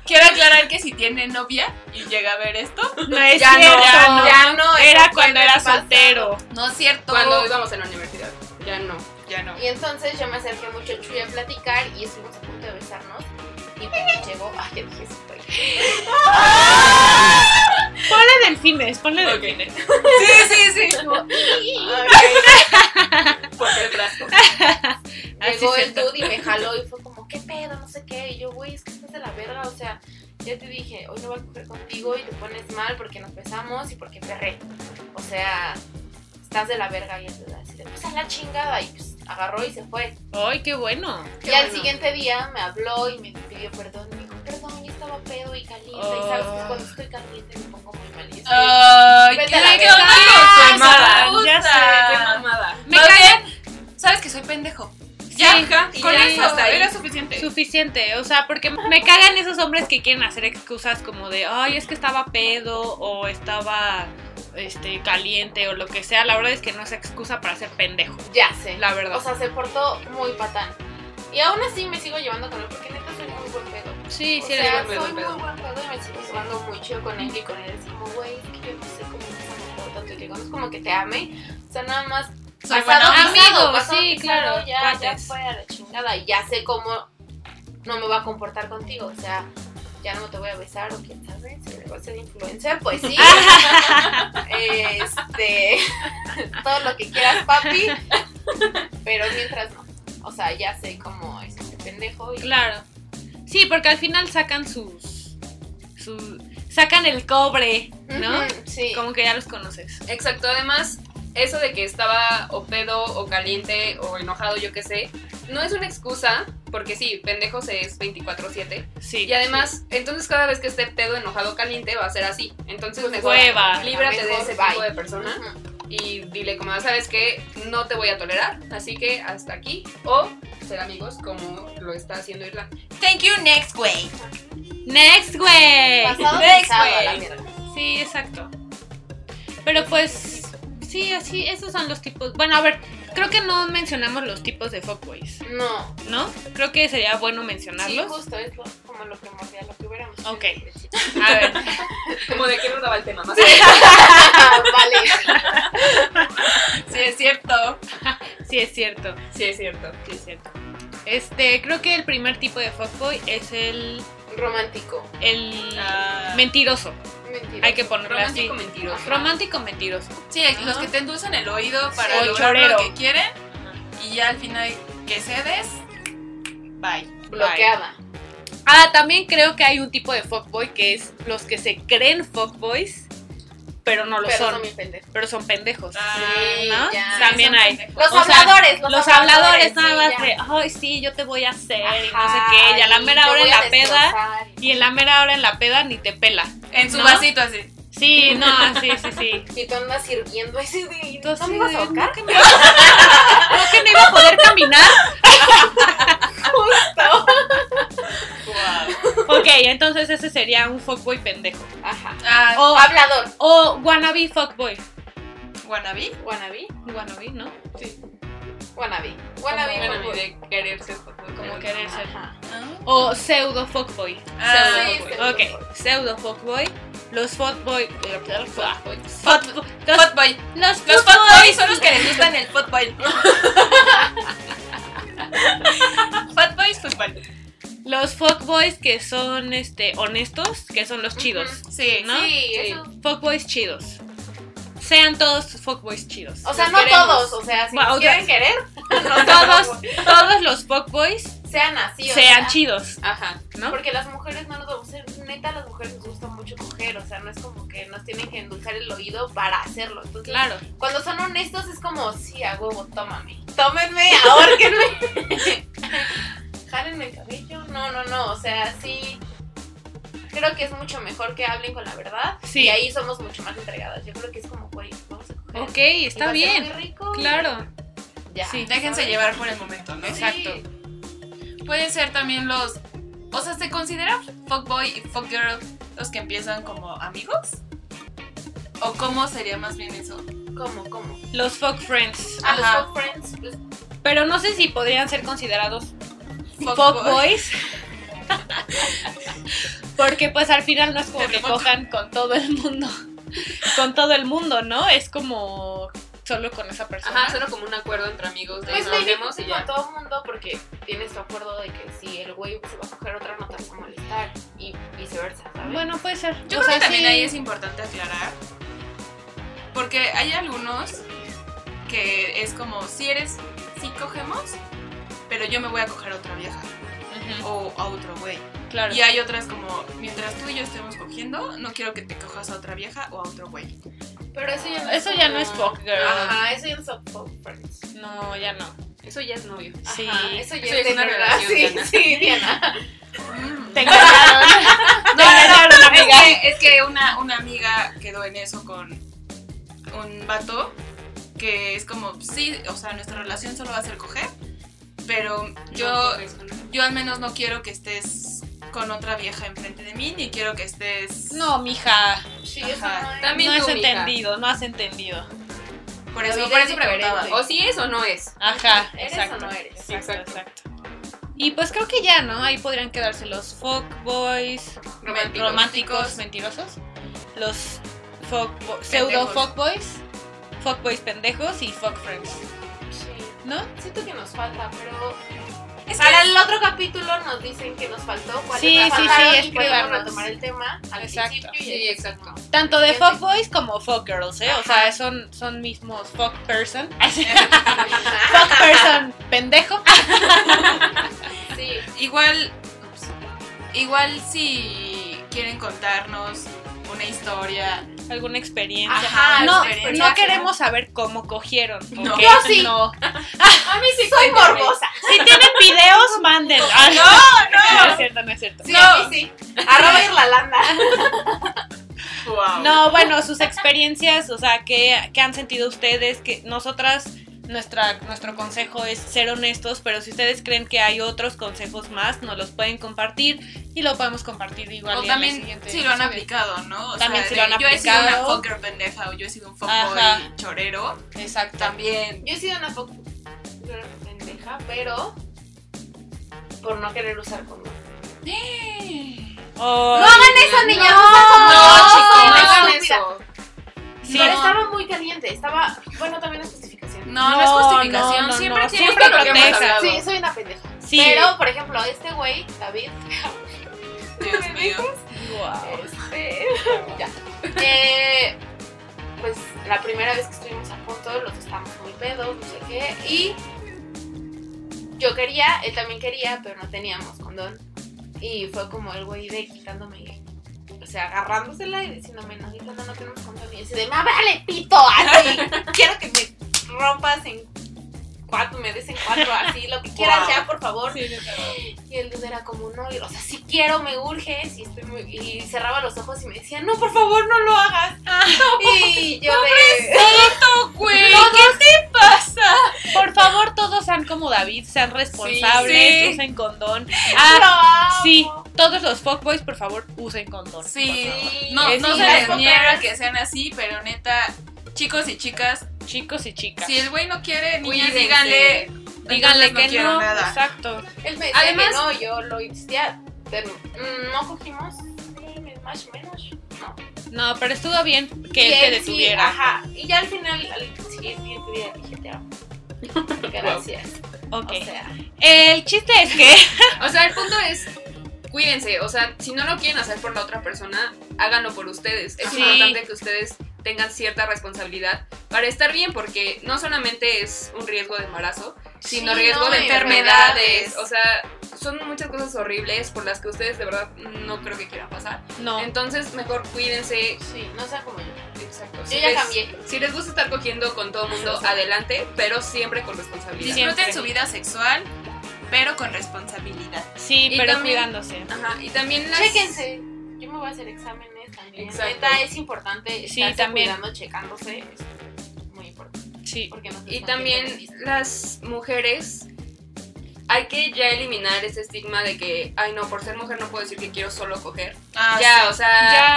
Speaker 1: Quiero aclarar que si tiene novia y llega a ver esto,
Speaker 3: No es
Speaker 4: Ya no,
Speaker 3: cierto.
Speaker 1: ya no.
Speaker 2: Ya no. eso
Speaker 3: Era
Speaker 2: fue
Speaker 3: cuando
Speaker 2: en el
Speaker 3: era
Speaker 2: pasado.
Speaker 3: soltero.
Speaker 1: no es cierto.
Speaker 4: Cuando <laughs> íbamos en la universidad, ya no.
Speaker 1: Ya no.
Speaker 2: Y entonces yo me acerqué mucho a Chuy a platicar y estuvimos a punto de besarnos. Y pues llegó, ay, ya dije estoy.
Speaker 3: Ponle delfines, ponle
Speaker 4: Ok.
Speaker 3: delfines.
Speaker 1: Sí, sí, sí. <laughs>
Speaker 4: Porque el frasco.
Speaker 3: Así
Speaker 2: Llegó
Speaker 3: es Ah,
Speaker 2: el
Speaker 3: cierto.
Speaker 2: dude y me jaló y fue como, ¿qué pedo? No sé qué. Y yo, güey, es que estás de la verga. O sea, ya te dije, hoy no voy a coger contigo y te pones mal porque nos besamos y porque perré. O sea, estás de la verga. Y entonces así de, pues a la chingada. Y pues agarró y se fue.
Speaker 3: Ay, qué bueno.
Speaker 2: y al siguiente día me habló y me pidió perdón. Y me dijo, perdón, yo estaba pedo y caliente. Y sabes que
Speaker 3: Oh.
Speaker 2: cuando estoy caliente me pongo muy mal. Y yo,
Speaker 3: Ah,
Speaker 1: Ay,
Speaker 2: Vete
Speaker 1: qué
Speaker 2: a la
Speaker 1: qué
Speaker 2: verga.
Speaker 1: horror,
Speaker 3: Mamada,
Speaker 1: Ah, me
Speaker 3: ya sé,
Speaker 1: gusta.
Speaker 4: Qué mamada.
Speaker 3: Me
Speaker 1: Más
Speaker 3: cae
Speaker 1: bien, sabes que soy pendejo.
Speaker 4: Ajá, y
Speaker 1: Con
Speaker 4: ya,
Speaker 1: eso
Speaker 4: hasta ahí.
Speaker 1: era
Speaker 3: eh.
Speaker 1: suficiente.
Speaker 3: suficiente, o sea, porque me cagan esos hombres que quieren hacer excusas como de, ay, es que estaba pedo o estaba este caliente o lo que sea. La verdad es que no es excusa para ser pendejo,
Speaker 2: Ya sé.
Speaker 3: la verdad.
Speaker 2: O sea, se portó muy patán. Y aún así me sigo llevando con él porque neta soy muy buen pedo.
Speaker 3: Oh, sí,
Speaker 2: o
Speaker 3: sí,
Speaker 2: sea,
Speaker 3: eres
Speaker 4: buen pedo,
Speaker 2: soy
Speaker 4: pedo.
Speaker 2: muy buen pedo y me sigo llevando muy chido con él y con él es como, güey, es que yo no sé cómo me estás amando tanto. Y digo, no es como que te ame. O sea, nada más
Speaker 1: Soy buena
Speaker 2: pasado,
Speaker 1: onda.
Speaker 2: pisado,
Speaker 3: Amigos,
Speaker 2: pasado,
Speaker 3: sí,
Speaker 2: pisado,
Speaker 3: claro,
Speaker 2: Ya, ya
Speaker 3: cuates.
Speaker 2: fue a la chingada y ya sé cómo no me va a comportar contigo. O sea, ya no te voy a besar o quién sabe, si me voy a hacer influencer,
Speaker 3: <laughs>
Speaker 2: pues sí. este, <laughs> todo lo que quieras, papi. Pero mientras no. O sea, ya sé cómo es este pendejo y
Speaker 3: Claro. Sí, porque al final sacan sus, sus sacan el cobre, ¿no?
Speaker 2: Ujú, Sí.
Speaker 3: Como que ya los conoces.
Speaker 4: Exacto, además, eso de que estaba o pedo o caliente o enojado, yo qué sé, no es una excusa, porque sí, pendejos es 24-7.
Speaker 3: Sí.
Speaker 4: Y además, entonces cada vez que esté pedo, enojado, caliente, va a ser así. Entonces,
Speaker 2: Pues,
Speaker 4: mejor
Speaker 3: Hueva.
Speaker 4: líbrate de
Speaker 2: Mejor,
Speaker 4: ese
Speaker 2: bye.
Speaker 4: tipo de persona
Speaker 2: Ujú.
Speaker 4: y dile como, sabes que no te voy a tolerar, así que hasta aquí o ser amigos como lo está haciendo Irlanda.
Speaker 1: Thank you, next way.
Speaker 3: Next, güey.
Speaker 2: Pasado
Speaker 1: Next,
Speaker 2: pisado, a la
Speaker 1: güey.
Speaker 2: mierda.
Speaker 3: Sí, exacto. Pero pues, sí, así, esos son los tipos. Bueno, a ver, creo que no mencionamos los tipos de fuckboys,
Speaker 2: No.
Speaker 3: ¿no? Creo que sería bueno
Speaker 2: Sí,
Speaker 3: mencionarlos.
Speaker 2: justo es lo- como lo primordial, lo que hubiéramos hecho
Speaker 3: Ok.
Speaker 2: desde el principio. <laughs>
Speaker 3: A ver,
Speaker 4: Como de qué no daba el tema más.
Speaker 2: vale.
Speaker 1: Sí, es cierto.
Speaker 3: sí es cierto,
Speaker 4: Sí, es cierto.
Speaker 3: sí es cierto. Este, creo que el primer tipo de fuckboy es el,
Speaker 2: Romántico.
Speaker 3: el
Speaker 1: Ah.
Speaker 3: mentiroso.
Speaker 2: Mentira.
Speaker 3: Hay que ponerlo así.
Speaker 4: Romántico mentiroso.
Speaker 3: Romántico mentiroso.
Speaker 1: Sí, los que te endulzan el oído para
Speaker 3: Sí. O
Speaker 1: lograr
Speaker 3: chorero.
Speaker 1: lo que quieren y ya al final que cedes, bye.
Speaker 2: Bloqueada.
Speaker 3: Ah, también creo que hay un tipo de fuckboy que es los que se creen fuckboys, pero no lo
Speaker 2: Pero
Speaker 3: son.
Speaker 2: son bien pendejos.
Speaker 3: Pero son pendejos.
Speaker 2: Sí,
Speaker 3: ¿no?
Speaker 2: ya.
Speaker 3: También
Speaker 1: son
Speaker 3: hay.
Speaker 1: pendejos.
Speaker 2: Los
Speaker 3: O sea,
Speaker 2: habladores, los,
Speaker 3: Los habladores nada
Speaker 2: sí,
Speaker 3: más
Speaker 2: ya.
Speaker 3: de, ay, sí, yo te voy a hacer, y no sé
Speaker 2: Ajá,
Speaker 3: qué, y a la
Speaker 2: y
Speaker 3: mera
Speaker 2: te
Speaker 3: hora en
Speaker 2: voy a
Speaker 3: la peda,
Speaker 2: destrozar.
Speaker 3: y en la mera hora en la peda ni te pela.
Speaker 1: En su
Speaker 3: ¿No?
Speaker 1: vasito así.
Speaker 3: Sí, no, sí, sí, sí.
Speaker 2: Y tú andas sirviendo ese de. ¿y ¿No
Speaker 3: Entonces,
Speaker 2: me vas a
Speaker 3: ¿no
Speaker 2: ahorcar?
Speaker 3: que me- ¿no que no iba a poder caminar. <laughs> Ok, entonces ese sería un fuckboy pendejo.
Speaker 2: <laughs> Ajá.
Speaker 1: Ah,
Speaker 3: O,
Speaker 2: Hablador.
Speaker 3: o wannabe fuckboy.
Speaker 1: wannabe.
Speaker 2: Wannabe.
Speaker 3: Wannabe, ¿no?
Speaker 2: Sí. Wannabe. Wannabe,
Speaker 4: Bueno,
Speaker 2: por favor.
Speaker 4: de querer ser popular.
Speaker 3: Como querer ser.
Speaker 2: Ajá.
Speaker 3: O pseudo fuckboy.
Speaker 1: Ah,
Speaker 2: Sí,
Speaker 1: ok.
Speaker 2: sí.
Speaker 3: Ok, pseudo fuckboy. Los fuckboy.
Speaker 1: Fat-
Speaker 3: Fuckboy. Los,
Speaker 1: Fatboy.
Speaker 3: los
Speaker 1: Los
Speaker 3: fuckboys
Speaker 1: fatboys son los que les gustan el fútbol. fatboys, fútbol.
Speaker 3: Los fuckboys que son este honestos, que son los chidos.
Speaker 1: Sí,
Speaker 3: ¿No?
Speaker 2: Sí, eso.
Speaker 3: Fuckboys chidos. Sean todos fuckboys chidos.
Speaker 2: O sea,
Speaker 4: Los
Speaker 2: no
Speaker 4: queremos.
Speaker 2: todos. O sea, si
Speaker 3: Bueno, o
Speaker 2: quieren
Speaker 3: <laughs>
Speaker 2: querer, no
Speaker 3: todos, todos los fuckboys
Speaker 2: <laughs> sean así. o
Speaker 3: sean
Speaker 2: sea,
Speaker 3: chidos,
Speaker 4: Ajá.
Speaker 3: ¿no?
Speaker 2: Porque las mujeres no nos vamos a hacer, neta, las mujeres nos gusta mucho coger, o sea, no es como que nos tienen que endulzar el oído para hacerlo. Entonces,
Speaker 3: Claro.
Speaker 2: cuando son honestos es como, sí, a huevo, tómame. Tómenme, <laughs> ahórquenme. <laughs> Jálenme el cabello. No, no, no, o sea, sí. Creo que es mucho mejor que hablen con la verdad.
Speaker 3: Sí.
Speaker 2: Y ahí somos mucho más entregadas. Yo creo que es como, güey, vamos a coger.
Speaker 3: Ok,
Speaker 2: y va
Speaker 3: está
Speaker 2: a ser
Speaker 3: bien.
Speaker 2: muy rico.
Speaker 3: Claro.
Speaker 2: Ya.
Speaker 3: Sí,
Speaker 1: Déjense
Speaker 2: ¿sabes?
Speaker 1: llevar por el momento, ¿no?
Speaker 2: Sí.
Speaker 1: Exacto. Pueden ser también los. O sea, ¿se considera fuckboy y fuckgirl los que empiezan como amigos? ¿O cómo sería más bien eso?
Speaker 2: ¿Cómo, cómo?
Speaker 3: Los fuck friends.
Speaker 2: A
Speaker 1: Ajá.
Speaker 2: los fuck friends, pues,
Speaker 3: Pero no sé si podrían ser considerados
Speaker 1: Fuckboy.
Speaker 3: fuckboys. Porque pues al final no es como
Speaker 1: Te
Speaker 3: que
Speaker 1: remonto.
Speaker 3: cojan con todo el mundo. Con todo el mundo, ¿no? Es como solo con esa persona.
Speaker 4: Ajá, solo como un acuerdo entre amigos de
Speaker 2: Pues
Speaker 4: nos
Speaker 2: me
Speaker 4: vemos y
Speaker 2: y con
Speaker 4: ya.
Speaker 2: todo el mundo porque tienes tu acuerdo de que si el güey se va a coger otra no te vas a molestar y viceversa, ¿sabes?
Speaker 3: Bueno, puede ser.
Speaker 1: Yo creo
Speaker 3: O sea,
Speaker 1: que también
Speaker 3: sí.
Speaker 1: ahí es importante aclarar. Porque hay algunos que es como, si eres, si cogemos, pero yo me voy a coger a otra vieja
Speaker 3: Ujú,
Speaker 1: o a otro güey.
Speaker 3: Claro.
Speaker 1: Y hay otras como, mientras tú y yo estemos cogiendo, no quiero que te cojas a otra vieja o a otro güey.
Speaker 2: pero eso ya no
Speaker 3: Eso ya no es fuck girl.
Speaker 2: Ajá, eso ya no es fuck friends.
Speaker 3: No, ya no.
Speaker 4: Eso ya es novio.
Speaker 2: Ajá,
Speaker 3: Sí.
Speaker 2: eso ya
Speaker 4: Eso ya es
Speaker 2: de
Speaker 4: una
Speaker 2: verdad,
Speaker 4: relación,
Speaker 2: Sí,
Speaker 4: Diana.
Speaker 2: sí, Diana.
Speaker 1: Mm. <laughs>
Speaker 3: Te engañaron. Te engañaron,
Speaker 1: Es
Speaker 3: amiga.
Speaker 1: que, es que una, una amiga quedó en eso con un vato que es como, sí, o sea, nuestra relación solo va a ser coger, pero yo, yo al menos no quiero que estés con otra vieja enfrente de mí, ni quiero que estés...
Speaker 3: No, mija.
Speaker 2: Sí,
Speaker 1: Ajá.
Speaker 2: eso no es.
Speaker 4: También
Speaker 3: No has
Speaker 4: tú, mija.
Speaker 3: entendido, no has entendido.
Speaker 1: Por
Speaker 2: la
Speaker 1: eso,
Speaker 2: vida
Speaker 1: por
Speaker 2: es
Speaker 1: eso preguntaba.
Speaker 2: diferente.
Speaker 4: O si es o no es.
Speaker 3: Ajá,
Speaker 2: ¿Eres
Speaker 3: exacto.
Speaker 2: o no eres?
Speaker 3: Exacto,
Speaker 4: Exacto.
Speaker 3: exacto. Y pues creo que ya, ¿no? Ahí podrían quedarse los fuckboys
Speaker 4: Románticos.
Speaker 3: románticos mentirosos, los fuckbo- pseudo
Speaker 1: Pendejos.
Speaker 3: fuckboys, fuckboys pendejos y fuckfriends,
Speaker 2: Sí.
Speaker 3: ¿no?
Speaker 2: Siento que nos falta, pero
Speaker 1: Es que-
Speaker 2: para el otro capítulo nos dicen que nos faltó cuál
Speaker 3: Sí,
Speaker 2: nos
Speaker 3: sí, sí,
Speaker 2: faltaron y podemos
Speaker 3: escríbanos.
Speaker 2: retomar el tema al
Speaker 3: Exacto.
Speaker 2: principio y
Speaker 4: Sí,
Speaker 2: después
Speaker 4: exacto.
Speaker 3: Tanto de
Speaker 2: Fíjate.
Speaker 3: fuckboys como fuckgirls, ¿eh? O sea, son, son mismos fuckperson, <laughs> fuckperson pendejo.
Speaker 2: como- <laughs> Sí.
Speaker 1: Igual, ups, igual si quieren contarnos una historia,
Speaker 3: Alguna experiencia.
Speaker 2: Ajá,
Speaker 3: no,
Speaker 2: experiencia,
Speaker 3: no queremos saber cómo cogieron.
Speaker 1: Ah, No.
Speaker 3: ¿ok?
Speaker 2: Yo sí.
Speaker 3: No.
Speaker 2: A mí sí soy morbosa.
Speaker 3: Si tienen videos, manden. Ah, <laughs> no, no. No es cierto, no es cierto.
Speaker 2: Sí,
Speaker 1: No.
Speaker 2: a mí sí. <laughs> Arroba Irlalanda.
Speaker 1: wow.
Speaker 3: No, bueno, sus experiencias, o sea, ¿qué, qué han sentido ustedes? Que nosotras, nuestra, nuestro consejo es ser honestos, pero si ustedes creen que hay otros consejos más, nos los pueden compartir y lo podemos compartir igual.
Speaker 1: o
Speaker 3: en el
Speaker 1: también
Speaker 3: siguiente
Speaker 1: si lo han
Speaker 3: episodio.
Speaker 1: aplicado, ¿no? O
Speaker 3: También
Speaker 1: sea,
Speaker 3: si
Speaker 1: de,
Speaker 3: lo han
Speaker 1: yo he sido una
Speaker 3: aplicado.
Speaker 1: fucker pendeja o yo he sido un
Speaker 3: Ajá.
Speaker 1: fuckboy chorero.
Speaker 3: Exacto.
Speaker 1: También.
Speaker 2: Yo he sido una poco yo era pendeja, pero por no querer usar condón.
Speaker 3: Oh,
Speaker 2: Esa niña
Speaker 4: No,
Speaker 2: no,
Speaker 4: no hagan
Speaker 2: no, estúpida.
Speaker 4: eso.
Speaker 3: sí.
Speaker 2: Pero estaba muy caliente, estaba bueno también es justificación.
Speaker 1: No, no, es justificación.
Speaker 3: no, no,
Speaker 1: siempre
Speaker 3: no,
Speaker 1: tiene
Speaker 3: siempre
Speaker 1: que
Speaker 4: lo que hemos
Speaker 3: proteja.
Speaker 4: hablado.
Speaker 2: Sí, soy una pendeja.
Speaker 3: Sí.
Speaker 2: Pero por ejemplo, este güey, David,
Speaker 1: Dios mío.
Speaker 3: Wow.
Speaker 2: este <laughs> ya. Eh, pues la primera vez que estuvimos a punto, los estábamos muy pedos, no sé qué, y yo quería, él también quería, pero no teníamos condón. Y fue como el güey de quitándome, o sea, agarrándosela y diciéndome, no, ahorita no, no tenemos condón. Y yo así de, "Ma, vale, pito, así, quiero que me rompas en cuatro, me des en cuatro, así, lo que quieras
Speaker 1: Wow.
Speaker 2: ya, por favor.
Speaker 3: Sí, neta.
Speaker 2: Y el dude era como, no, y, o sea, si quiero, me urge, si estoy muy... Y cerraba los ojos y me decía, no, por favor, no lo hagas. <laughs> y yo de...
Speaker 1: Güey, ¿qué te pasa?
Speaker 3: Por favor, todos sean como David, sean responsables,
Speaker 1: Sí, sí.
Speaker 3: usen condón.
Speaker 2: "Lo
Speaker 3: Ah,
Speaker 2: amo".
Speaker 3: sí, todos los fuckboys, por favor, usen condón.
Speaker 1: Sí.
Speaker 2: Sí,
Speaker 1: No, no
Speaker 3: Sí,
Speaker 1: se
Speaker 3: las
Speaker 1: les niega
Speaker 2: comparas.
Speaker 1: que sean así, pero neta, chicos y chicas,
Speaker 3: Chicos y chicas.
Speaker 1: Si el güey no quiere, niñas,
Speaker 4: Cuídense.
Speaker 1: díganle.
Speaker 3: Díganle
Speaker 1: entonces
Speaker 3: que
Speaker 1: quiero
Speaker 3: no.
Speaker 1: nada.
Speaker 3: Exacto.
Speaker 2: Él me decía
Speaker 4: Además-
Speaker 2: que no, yo lo insistía. pero, mm, no cogimos mm, más o menos. No.
Speaker 3: No, pero estuvo bien que
Speaker 2: Y
Speaker 3: él te
Speaker 2: él sí, Ah,
Speaker 3: detuviera.
Speaker 2: ajá. Y ya al final, al siguiente día dije, te <laughs> amo. Gracias.
Speaker 3: ok.
Speaker 2: O sea,
Speaker 3: el chiste es que.
Speaker 4: O sea, el punto es, cuídense, o sea, si no lo quieren hacer por la otra persona, háganlo por ustedes. Es
Speaker 3: Sí.
Speaker 4: importante que ustedes tengan cierta responsabilidad para estar bien, porque no solamente es un riesgo de embarazo, sino
Speaker 2: Sí,
Speaker 4: riesgo
Speaker 2: no,
Speaker 4: de enfermedades.
Speaker 2: enfermedades.
Speaker 4: O sea, son muchas cosas horribles por las que ustedes de verdad no creo que quieran pasar.
Speaker 3: No.
Speaker 4: Entonces, mejor cuídense.
Speaker 2: sí, no sea como yo.
Speaker 4: Exacto.
Speaker 2: Yo ya cambié.
Speaker 4: Si les gusta estar cogiendo con todo el mundo, adelante, pero siempre con responsabilidad.
Speaker 3: Sí,
Speaker 1: Disfruten
Speaker 3: Siempre.
Speaker 1: su vida sexual, pero con responsabilidad.
Speaker 3: Sí,
Speaker 4: Y
Speaker 3: pero
Speaker 4: también-
Speaker 3: cuidándose.
Speaker 4: Ajá, y también las...
Speaker 2: Chéquense. Yo me voy a hacer exámenes también.
Speaker 4: Exacto.
Speaker 2: Neta, es importante
Speaker 3: Sí,
Speaker 2: estarse
Speaker 3: también.
Speaker 2: cuidando, checándose. Es muy importante.
Speaker 3: Sí.
Speaker 2: Porque no
Speaker 4: Y también las mujeres, hay que ya eliminar ese estigma de que, ay no, por ser mujer no puedo decir que quiero solo coger.
Speaker 1: Ah,
Speaker 4: ya, o sea,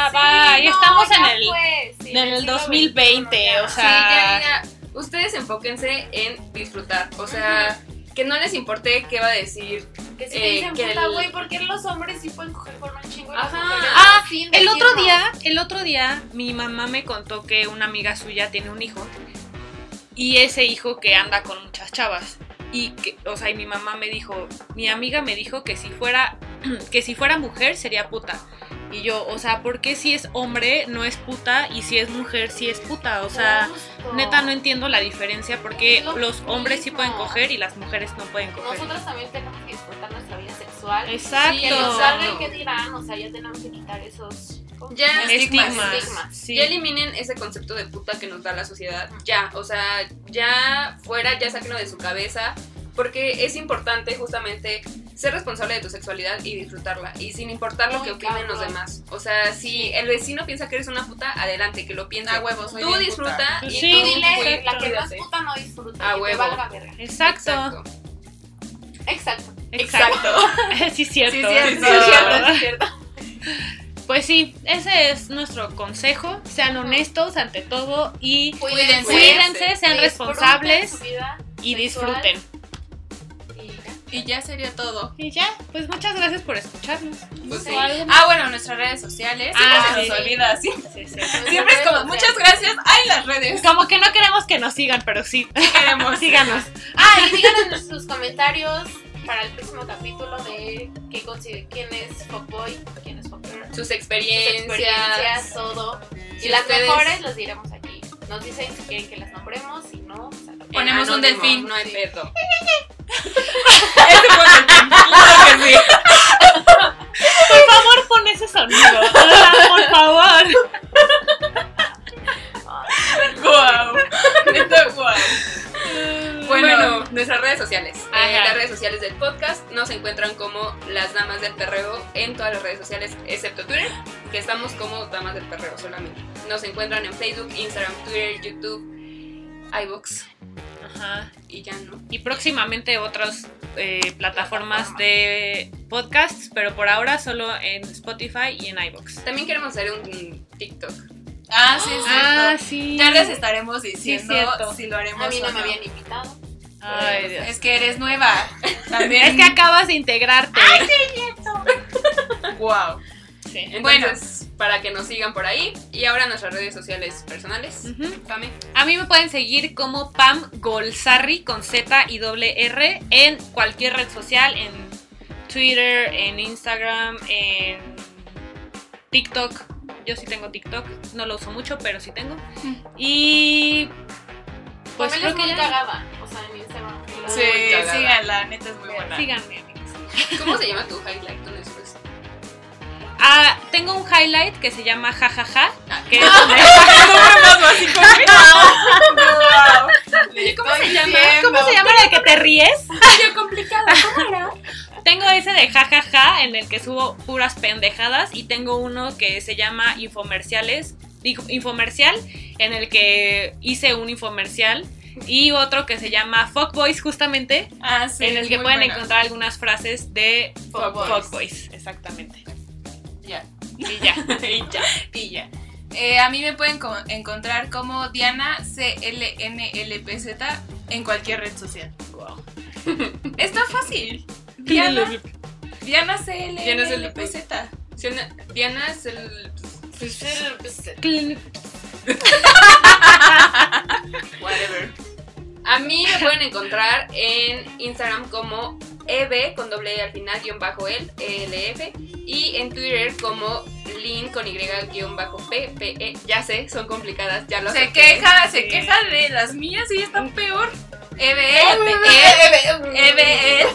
Speaker 2: Ah,
Speaker 3: Ya va, ya estamos en el. en el
Speaker 2: siglo
Speaker 3: 2020,
Speaker 2: XXI,
Speaker 3: o
Speaker 4: sí,
Speaker 3: sea,
Speaker 4: ya, ya. ustedes enfóquense en disfrutar, o sea, que no les importe qué va a decir.
Speaker 2: Que si
Speaker 4: eh,
Speaker 2: te dicen,
Speaker 4: que
Speaker 2: puta,
Speaker 4: el-
Speaker 2: güey, ¿por qué los hombres sí pueden coger con un chingo? y las
Speaker 4: Ajá.
Speaker 2: mujeres no?"
Speaker 3: Ah,
Speaker 2: Sin
Speaker 3: El otro
Speaker 2: decirnos.
Speaker 3: día, el otro día, mi mamá me contó que una amiga suya tiene un hijo y ese hijo que anda con muchas chavas y que, o sea, y mi mamá me dijo, mi amiga me dijo que si fuera, <clears throat> que si fuera mujer sería puta y yo, o sea, ¿por qué si es hombre no es puta y si es mujer sí es puta? O sea,
Speaker 2: Justo.
Speaker 3: neta no entiendo la diferencia porque
Speaker 2: Es lo
Speaker 3: los hombres sí
Speaker 2: mismo.
Speaker 3: pueden coger y las mujeres no pueden coger.
Speaker 2: Nosotros también tenemos que disfrutar nuestra vida sexual.
Speaker 3: Exacto.
Speaker 2: Que nos
Speaker 4: Exacto.
Speaker 2: salgan que dirán, o sea, ya tenemos que quitar esos ¿cómo?
Speaker 4: Ya,
Speaker 3: Estigmas.
Speaker 2: Estigmas.
Speaker 3: Sí.
Speaker 4: Ya eliminen ese concepto de puta que nos da la sociedad. Ya, o sea, ya fuera, ya sáquenlo de su cabeza. Porque es importante justamente ser responsable de tu sexualidad y disfrutarla. Y sin importar lo
Speaker 2: Muy
Speaker 4: que opinen los
Speaker 2: cabrón.
Speaker 4: demás. O sea, si el vecino piensa que eres una puta, adelante, que lo piense.
Speaker 1: A Ah, huevo, soy
Speaker 4: tú
Speaker 1: bien
Speaker 4: disfruta y
Speaker 3: Pues
Speaker 4: tú
Speaker 3: sí,
Speaker 2: Tú dile,
Speaker 4: cuí-
Speaker 2: la que no es
Speaker 4: cuídate.
Speaker 2: puta no disfruta.
Speaker 4: A
Speaker 2: que te
Speaker 4: huevo.
Speaker 2: valga verga.
Speaker 3: Exacto.
Speaker 4: Exacto.
Speaker 2: Exacto.
Speaker 3: Exacto. <laughs> sí, es cierto.
Speaker 4: Sí, es cierto.
Speaker 3: es cierto.
Speaker 2: es cierto.
Speaker 3: Pues sí, ese es nuestro consejo. Sean honestos ante todo y
Speaker 2: Pues,
Speaker 1: Cuídense.
Speaker 3: cuídense, sean
Speaker 2: disfruten
Speaker 3: responsables
Speaker 2: su vida
Speaker 3: y
Speaker 2: sexual.
Speaker 3: disfruten.
Speaker 2: y ya.
Speaker 1: Y ya sería todo.
Speaker 3: Y ya, pues muchas gracias por escucharnos.
Speaker 4: Pues
Speaker 2: Sí.
Speaker 4: sí.
Speaker 1: Ah, bueno, nuestras redes sociales.
Speaker 3: Ah,
Speaker 1: Ah, se
Speaker 3: sí.
Speaker 1: nos olvida, sí.
Speaker 3: Sí, sí.
Speaker 1: Siempre es como, muchas gracias. Ay, las redes.
Speaker 3: Como que no queremos que nos sigan, pero sí,
Speaker 1: Queremos.
Speaker 3: <laughs> síganos.
Speaker 2: Ah, y díganos en sus comentarios para el próximo capítulo de qué consider- quién es Popboy, quién es Popboy.
Speaker 4: Sus
Speaker 2: sus
Speaker 4: experiencias.
Speaker 2: experiencias, todo. Y
Speaker 4: Si
Speaker 2: las
Speaker 4: ustedes-
Speaker 2: mejores las diremos aquí. Nos dicen si quieren que las nombremos, si no, o sea, lo-
Speaker 1: Ponemos un
Speaker 4: Anónimo,
Speaker 1: delfín.
Speaker 4: Ah, No <laughs> hay pedo.
Speaker 1: Este fue el fin. Claro que sí.
Speaker 3: Por favor, pon ese sonido. Ah, Por favor.
Speaker 1: Guau. Neta, guau.
Speaker 4: Bueno,
Speaker 1: Bueno.
Speaker 4: nuestras redes sociales. Eh,
Speaker 3: Ajá.
Speaker 4: las redes sociales del podcast nos encuentran como las damas del perreo en todas las redes sociales, excepto Twitter, que estamos como damas del perreo solamente. Nos encuentran en Facebook, Instagram, Twitter, YouTube, iBox
Speaker 3: Ajá.
Speaker 4: y ya no.
Speaker 3: Y próximamente otras eh, plataformas de podcasts, pero por ahora solo en Spotify y en iBox.
Speaker 4: También queremos hacer un TikTok.
Speaker 1: Ah, sí, es cierto.
Speaker 3: sí.
Speaker 1: Ya les estaremos diciendo
Speaker 3: cierto.
Speaker 1: si lo haremos
Speaker 2: A mí
Speaker 1: o
Speaker 2: no me
Speaker 1: no.
Speaker 2: habían invitado.
Speaker 3: Ay, Dios.
Speaker 1: Es que eres nueva. También.
Speaker 3: Es que acabas de integrarte.
Speaker 1: Wow.
Speaker 3: Sí.
Speaker 4: Entonces, para que nos sigan por ahí. Y ahora nuestras redes sociales personales.
Speaker 3: Ujú.
Speaker 4: Pame.
Speaker 3: A mí me pueden seguir como Pam Golzarri con Z y doble R en cualquier red social, en Twitter, en Instagram, en TikTok. Yo sí tengo TikTok, no lo uso mucho, pero sí tengo. Y pues
Speaker 2: Pues Pamela
Speaker 3: creo
Speaker 2: es
Speaker 3: que
Speaker 2: muy
Speaker 3: ya
Speaker 2: cagada. O sea, en Instagram. la-
Speaker 1: Sí,
Speaker 4: Muy cagada.
Speaker 1: síganla, neta es muy buena. <laughs>
Speaker 3: síganme, amigos.
Speaker 4: ¿Cómo se llama tu highlight? ¿Dónde subes?
Speaker 3: Ah, tengo un highlight que se llama jajaja, que es
Speaker 1: Guau.
Speaker 4: ¿Cómo se llama?
Speaker 3: ¿Cómo se llama el que te ríes?
Speaker 4: Yo complicado.
Speaker 3: Tengo ese de jajaja en el que subo puras pendejadas y tengo uno que se llama infomerciales, digo, infomercial en el que hice un infomercial y otro que se llama fuckboys justamente
Speaker 1: Ah, sí,
Speaker 3: en el
Speaker 1: es
Speaker 3: que
Speaker 1: muy
Speaker 3: pueden
Speaker 1: buena.
Speaker 3: encontrar algunas frases de
Speaker 4: Fuckboys.
Speaker 1: <laughs>
Speaker 3: fuckboys, exactamente.
Speaker 1: Ya.
Speaker 3: Y ya.
Speaker 1: Y ya. Y ya. Eh, a mí me pueden co- encontrar como Diana CLNLPZ en cualquier red social. Está fácil. Diana, Diana CLNLPZ.
Speaker 4: Si una- Diana es el. Pues, Whatever. A mí me pueden encontrar en Instagram como EB con doble E al final, guión bajo E L, ELF. Y en Twitter como Lin con Y guión bajo P, P, E. Ya sé, son complicadas, ya lo
Speaker 1: Se
Speaker 4: acepté.
Speaker 1: queja, se queja de las mías y están peor. E EBE, E EBE,
Speaker 3: Eve,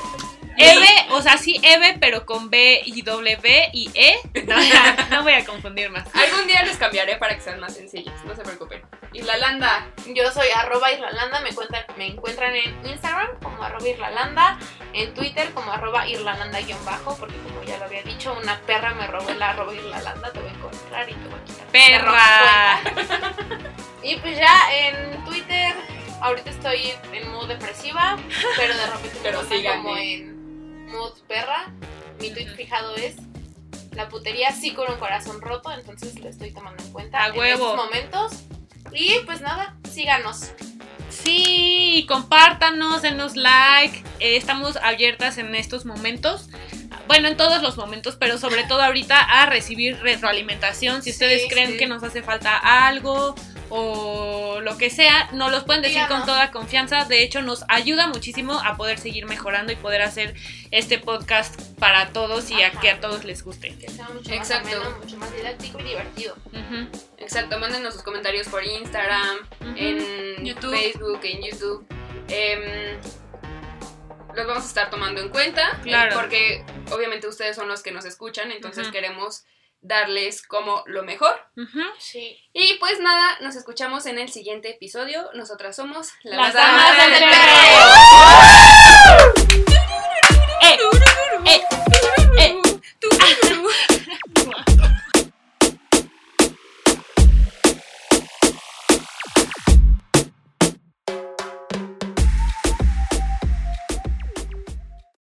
Speaker 3: E, o sea, sí, Eve, pero con B y W y E. No, no voy a confundir más.
Speaker 4: Algún día les cambiaré para que sean más sencillas, no se preocupen. Y la landa,
Speaker 2: Yo soy arroba irlalanda, me, cuentan- me encuentran en Instagram como arroba irlalanda, en Twitter como arroba irlalanda-bajo, porque como ya lo había dicho, una perra me robó el arroba irlalanda, te voy a encontrar y te voy a quitar.
Speaker 3: Perra.
Speaker 2: Y pues ya en Twitter, ahorita estoy en mood depresiva, pero de repente me
Speaker 4: Pero
Speaker 2: pongo
Speaker 4: síganme.
Speaker 2: como en mood perra. Mi tweet fijado es la putería sí con un corazón roto, entonces lo estoy tomando en cuenta
Speaker 3: A
Speaker 2: en
Speaker 3: huevo.
Speaker 2: estos momentos. Y pues nada, síganos.
Speaker 3: Sí, compártanos, denos like. eh, estamos abiertas en estos momentos. Bueno, en todos los momentos, pero sobre todo ahorita a recibir retroalimentación. Si ustedes
Speaker 2: Sí,
Speaker 3: creen
Speaker 2: sí.
Speaker 3: que nos hace falta algo o lo que sea, nos los pueden decir
Speaker 2: Díganos.
Speaker 3: con toda confianza. De hecho, nos ayuda muchísimo a poder seguir mejorando y poder hacer este podcast para todos y
Speaker 2: Ajá.
Speaker 3: a que a todos les guste.
Speaker 2: Que sea mucho
Speaker 4: Exacto.
Speaker 2: más ameno, mucho más didáctico y divertido.
Speaker 3: Ujú.
Speaker 4: exacto, mándenos sus comentarios por Instagram,
Speaker 3: Ujú. Mm,
Speaker 4: en
Speaker 1: YouTube.
Speaker 4: Facebook, en YouTube. Em, los vamos a estar tomando en cuenta. eh,
Speaker 3: Claro.
Speaker 4: porque obviamente ustedes son los que nos escuchan, entonces
Speaker 3: Ujú.
Speaker 4: queremos darles como lo mejor.
Speaker 3: Ujú.
Speaker 2: Sí.
Speaker 4: Y pues nada, nos escuchamos en el siguiente episodio. Nosotras somos
Speaker 3: Las damas del perreo.
Speaker 4: perreo.
Speaker 3: ¡Eh!